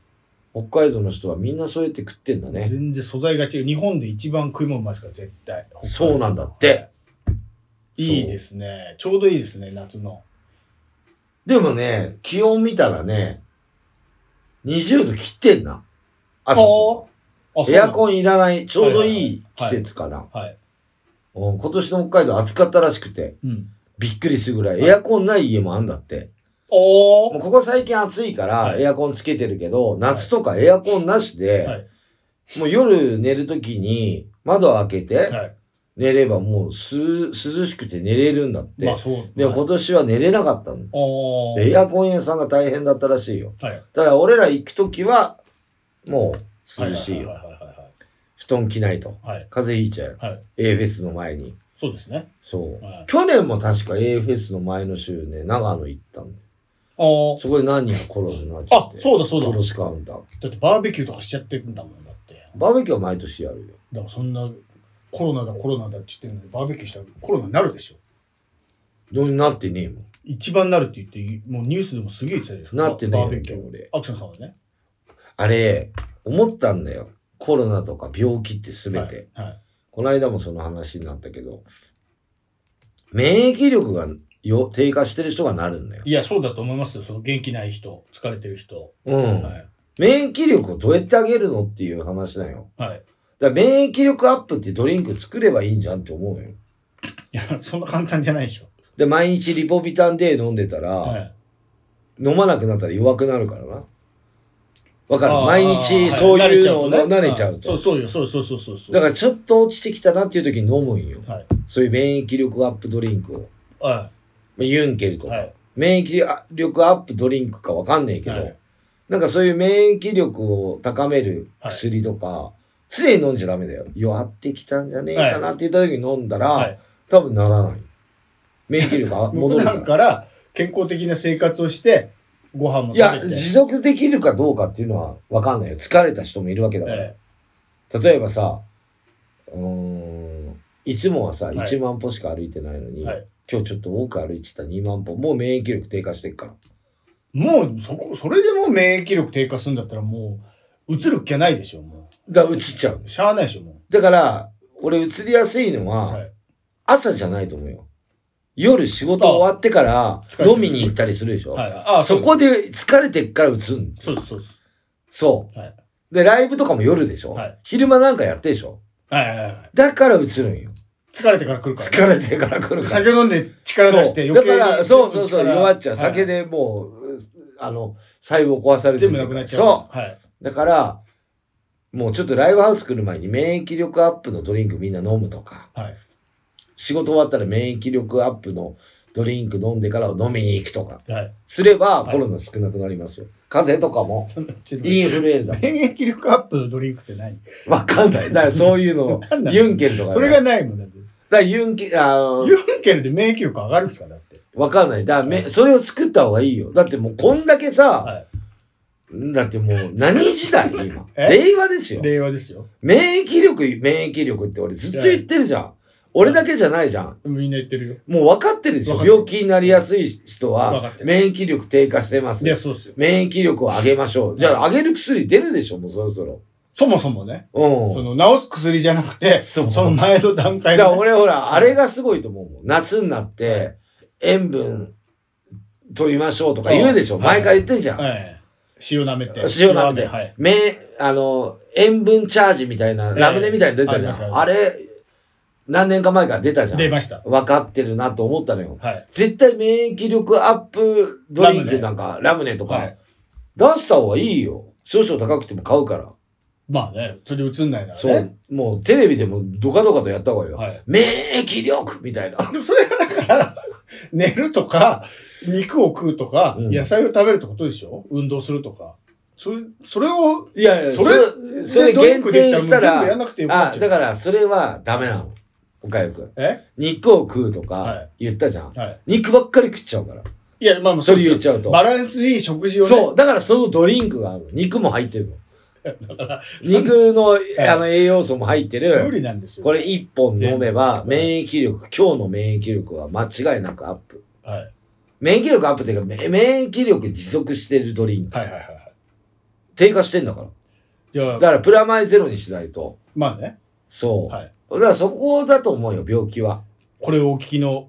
北海道の人はみんなそうやって食ってんだね。全然素材が違う。日本で一番食い物うまいですから、絶対。そうなんだって。はい。いいですね。ちょうどいいですね、夏の。でもね、気温見たらね、20度切ってんな。朝とあか。エアコン。ンいらない、ちょうどいい季節かな。はい。うん今年の北海道暑かったらしくて、うん。びっくりするぐらい、はいエアコンない家もあんだって。おもーうここ最近暑いから、はいエアコンつけてるけど、夏とかエアコンなしで、はいもう夜寝るときに窓を開けてはい。寝ればもうす涼しくて寝れるんだって。まあそう。でも今年は寝れなかったの。おーエアコン屋さんが大変だったらしいよ。はいただ俺ら行くときは、もう涼しいはよ。ははいはいはい布団着ないと。はい。はい。風邪ひいちゃう。はい A フェスの前に。そうですね。そう。はい。去年も確か A フェスの前の週ね、長野行ったんだよおーそこで何人かコロスになっちゃっあて。、そうだそうだ。コロスカウンター。だってバーベキューとかしちゃってるんだもんだって。バーベキューは毎年やるよ。だからそんなコロナだコロナだって言ってるのにバーベキューしたらコロナになるでしょ。どうになってねえもん。一番なるって言って、もうニュースでもすげえ言ってたでしょ。なってねえバよーベキュー俺。アクションさんはね。あれ、思ったんだよ。コロナとか病気って全て。はい。はいこの間もその話になったけど、免疫力がよ低下してる人がなるんだよ。いや、そうだと思いますよ。その元気ない人、疲れてる人。うん。はい。免疫力をどうやって上げるのっていう話だよ。はい。だから免疫力アップってドリンク作ればいいんじゃんって思うよ。いや、そんな簡単じゃないでしょ。で、毎日リポビタン D 飲んでたら、はい。飲まなくなったら弱くなるからな。わかるあー毎日そういうのをは慣れちゃうはとい。そうそうよ、そうそうそうそうそう。だからちょっと落ちてきたなっていう時に飲むんよ。はいそういう免疫力アップドリンクを。ら、はまあユンケルとい。か。はい。免疫力アップドリンクかわかんないけど、はいなんかそういう免疫力を高める薬とか、常に飲んじゃダメだよ。弱ってきたんじゃねえかなって言った時に飲んだら、はい多分ならない。免疫力が戻戻るるか。かららから健康的な生活をして、ご飯もいや、食べて。持続できるかどうかっていうのはわかんないよ。疲れた人もいるわけだから。え例えばさ、うーん、いつもはさ、い1万歩しか歩いてないのえに、はい。今日ちょっと多く歩いてた2万歩、もう免疫力低下してるから。もう、そこ、それでもう免疫力低下するんだったらもう、映るっきゃないでしょ、もだから、移っちゃう。う。しゃあないでしょ、もだから、俺移りやすいのう。は、はい。朝じゃないと思うよ。夜仕事終わってから疲れてる飲みに行ったりするでしょ、はい。あそこで疲れてっから打つん。そうです、そうです。そ。はいうで、ライブとかも夜でしょ、はい昼間なんかやってでしょはいはいはい。だから打つるんよ。疲れてから来るからね。疲れてから来るから。酒飲んで力出してそう余計だに。から、そうそうそう、力弱っちゃう。はい酒でもう、あの、細胞壊されて全る部からなくなっちゃう。。そうはい。う。だから、もうちょっとライブハウス来る前に免疫力アップのドリンクみんな飲むとか、はい。仕事終わったら免疫力アップのドリンク飲んでから飲みに行くとか、はい。すればはいコロナ少なくなりますよ。風邪とかも、 そんなちょっとインフルエ ンザも。免疫力アップのドリンクって何わかんない。だからそういうのなんだ、ろうユンケルとかね。それだがかないもんだって。らユンケル、あのユ、ンケルで免疫力上がるんですかだって。わかんない。だからめ、それを作った方がいいよ。だってもうこんだけさ、はいだってもう何時代今。 え令和ですよ。令和ですよ。免疫力、免疫力って俺ずっと言ってるじゃん。俺だけじゃないじゃん。みんな言ってるよ。もう分かってるでしょ分かってる病気になりやすい人分はかって、る免疫力低下してますい。や、そうですよ。免疫力を上げましょう。じゃあ上げる薬出るでしょもうそろそろ。そもそもね、そうん。の治す薬じゃなくて、そうその前の段階だからのね俺ほら、あれがすごいと思うもん。夏になって、塩分取りましょうとか言うでしょは前いから言ってんじゃん。はい。塩舐めて。塩舐めてはい。め、あの、塩分チャージみたいな、ええラムネみたいなの出たじゃありん。あまれ、何年か前から出たじゃ出ん。ました。分かってるなと思ったのよ。はい。絶対免疫力アップドリンクなんか、ラムネとはかい、。出した方がいいよ。少々高くても買うから。まあね、それ映んないならね。そう。もうテレビでもドカドカとやった方がいいよ。はい。免疫力みたいな。でもそれがだから、 寝るとか、肉を食うとか、うん野菜を食べるってことでしょ運動するとか。それ、それを、いやいや、そそれれ、それドリン限クでき定したもう全部やんら、なくてよかっあ、ただからそれはダメなの。おかゆくん。え肉を食うとはかい言ったじゃん。はい。肉ばっかり食っちゃうから。いや、まあまあ、それですよ言っちゃうとバランスいい食事をね。そう、だからそのドリンクがある。肉も入って るの。肉のいあの栄養素も入って無る。理なんですよ。これ一本飲めば全部免疫力、今日の免疫力は間違いなくアップ。はい。免疫力アップっていうか、め免疫力持続してるドリンク。はいはいはいはい。低下してんだから。じゃあだ、からプラマイゼロにしないと。まあね。そう。はい。だからそこだと思うよ、病気は。これをお聞きの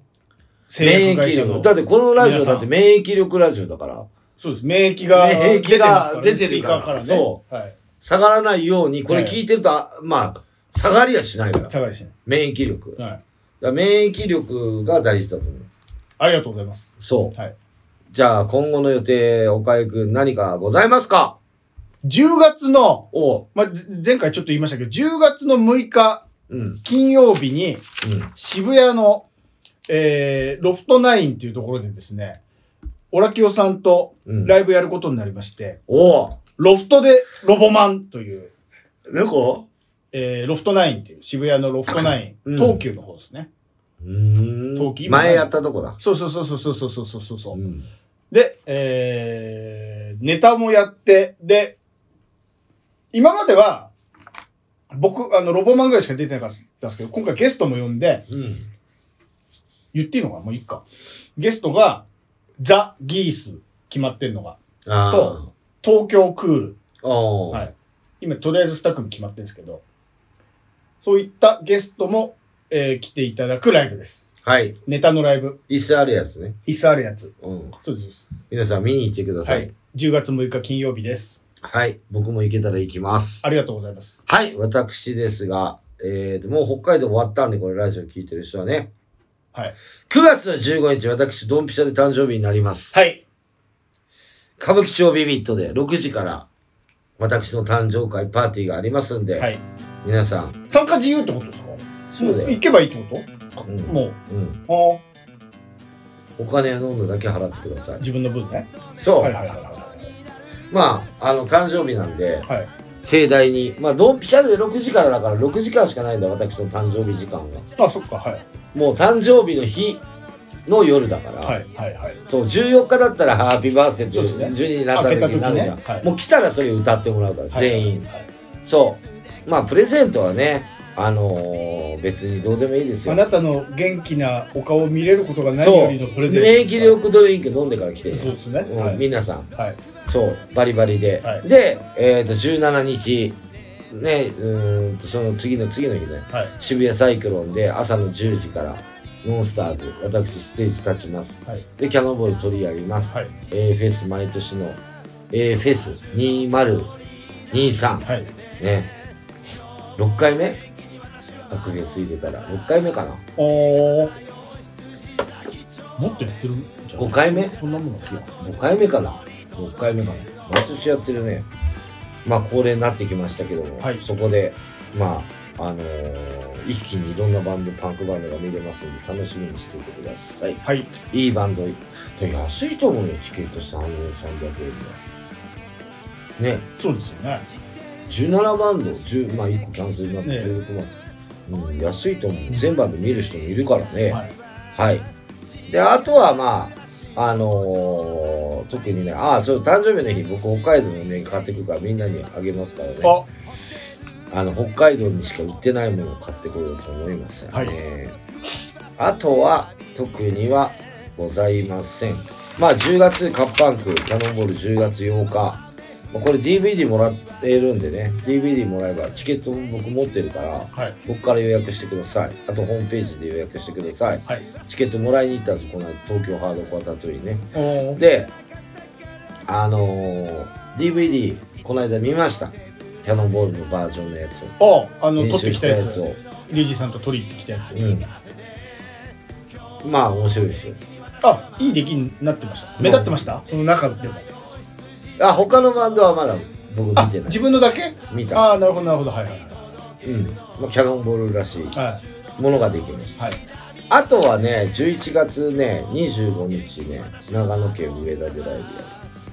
製免薬疫会社の力。。だってこのラジオだっ皆さてん免疫力ラジオだから、そうです。免疫が免出疫がてますからね。出てるからスピーカーね。。そうはい。下がらないように、これ聞いてると、あまあ、下がりはしないから。高いしね。免疫力。はい。だから免疫力が大事だと思う。ありがとうございます。そう。はいじゃあ、今後の予定、おかゆくん何かございますか10月の、おう。まあ、ぜ前回ちょっと言いましたけど、10月の6日うん。うん。金曜日に渋谷の、えー、ロフトナインっていうところでですね、オラキオさんとうん。ライブやることになりまして、おう。ロフトでロボマンという、猫えー、ロフトナインっていう渋谷のロフトナイン、うん東急の方ですね。うー陶ん。器前やったとこだ。そうそうそうそうそうそうそうそうそうう。ん。で、えー、ネタもやって、で、今までは、僕、あの、ロボマンぐらいしか出てなかったんですけど、今回ゲストも呼んで、うん。言っていいのかなもういいか。ゲストが、ザ・ギース、決まってんのが、ああと。東京クール。おう。はい今、とりあえず2組決まってるんですけど、そういったゲストも、えー来ていただくライブです。はい。ネタのライブ、椅子あるやつね。椅子あるやつ。うん。そうですそうです。皆さん見に行ってくださはいい。。10月6日金曜日です。はい。僕も行けたら行きます。ありがとうございます。はい。私ですが、えーと、もう北海道終わったんで、これラジオ聞いてる人はね。はい。 9月の15日、私、ドンピシャで誕生日になります。はい。歌舞伎町ビビットで6時から私の誕生会パーティーがありますんで、はい。皆さん、参加自由ってことですかそうだよも行けばいいってこと、うんもうん、う、あお金を飲んだだけ払ってくださあ、い。自分の分ね。そう、はいはいはいまあ、あの、誕生日なんで、はい。はい。盛大に、まあ、ドンピシャで6時からだから6時間しかないんだよ、私の誕生日時間は。あ、そっか、はい。もう誕生日の日の夜だから、はいはいはい。そう、14日だったらハッピーバースデーってそうですね12になった時になるじゃん。開けた時ねはいもう来たらそれ歌ってもらうから、全員。はいそう。まあ、プレゼントはね、あのー別にどうでもいいですよあ。なたの元気なお顔を見れることがないそうよりのプレゼント。免疫。力ドリンク飲んでから来てよそうですね。うんはい。皆さんはい。そうバリバリで、はいで、えー、と17日ねうーんとその次の次の日ねはい。渋谷サイクロンで朝の10時からモンスターズ私ステージ立ちます、はいでキャノンボール取り上げます、はい A フェス毎年の A フェス2023、はいね6回目白月入れたら6回目かなおーもっとやってるんじゃない5回目そんなものいや5回目かな6回目かな毎年やってるねまあ恒例になってきましたけども、はいそこでまああのー一気にいろんなバンドパンクバンドが見れますんで楽しみにしていてくださいはいいいバンドで安いと思うよチケット3 300円でねそうですよね17バンド10まあ1個キャンセルになってね16万、うん、安いと思う全バンド見る人もいるからね、はいはい。で、あとはまあ、あのー特にね、ああ、そう、誕生日の日、僕、北海道のね、買ってくるから、みんなにあげますからね。ああの、北海道にしか売ってないものを買ってこようと思いますよね。はいあとは、特にはございません。まあ、10月、カッパンク、キャノンボール10月8日。まあこれ DVD もらってるんでね、DVD もらえばチケットも僕持ってるから、はい僕から予約してください。あとホームページで予約してください。はいチケットもらいに行ったんですこの間東京ハードコアタトゥーにねおーであのー DVD この間見ましたキャノンボールのバージョンのやつをあーあの練取っ習てしたきたややつつをリュウジさんと取りに行ってきたやつ、うんまあ面白いですよあいい出来になってました目立ってましたその中でもあ他のバンドはまだ僕見あてない自分のだけ見たああなるほどなるほどはいはいうん、まあ、キャノンボールらしいはものができましいはいたあとはね11月ね25日ね長野県上田でライブやります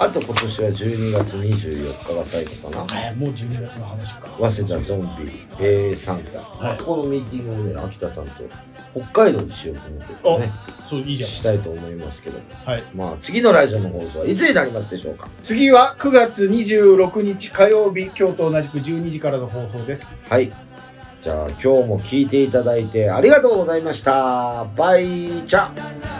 あと今年は12月24日が最後かなえーもう12月の話か早稲田ゾンビ、えー、サンタ、はいここのミーティングをね、秋田さんと北海道にしようと思ってるね、そういいじゃんしたいと思いますけど、はいまあ、次のラジオの放送はいつになりますでしょうか。次は9月26日火曜日、今日と同じく12時からの放送です。はい。じゃあ、今日も聞いていただいてありがとうございました。バイチャ「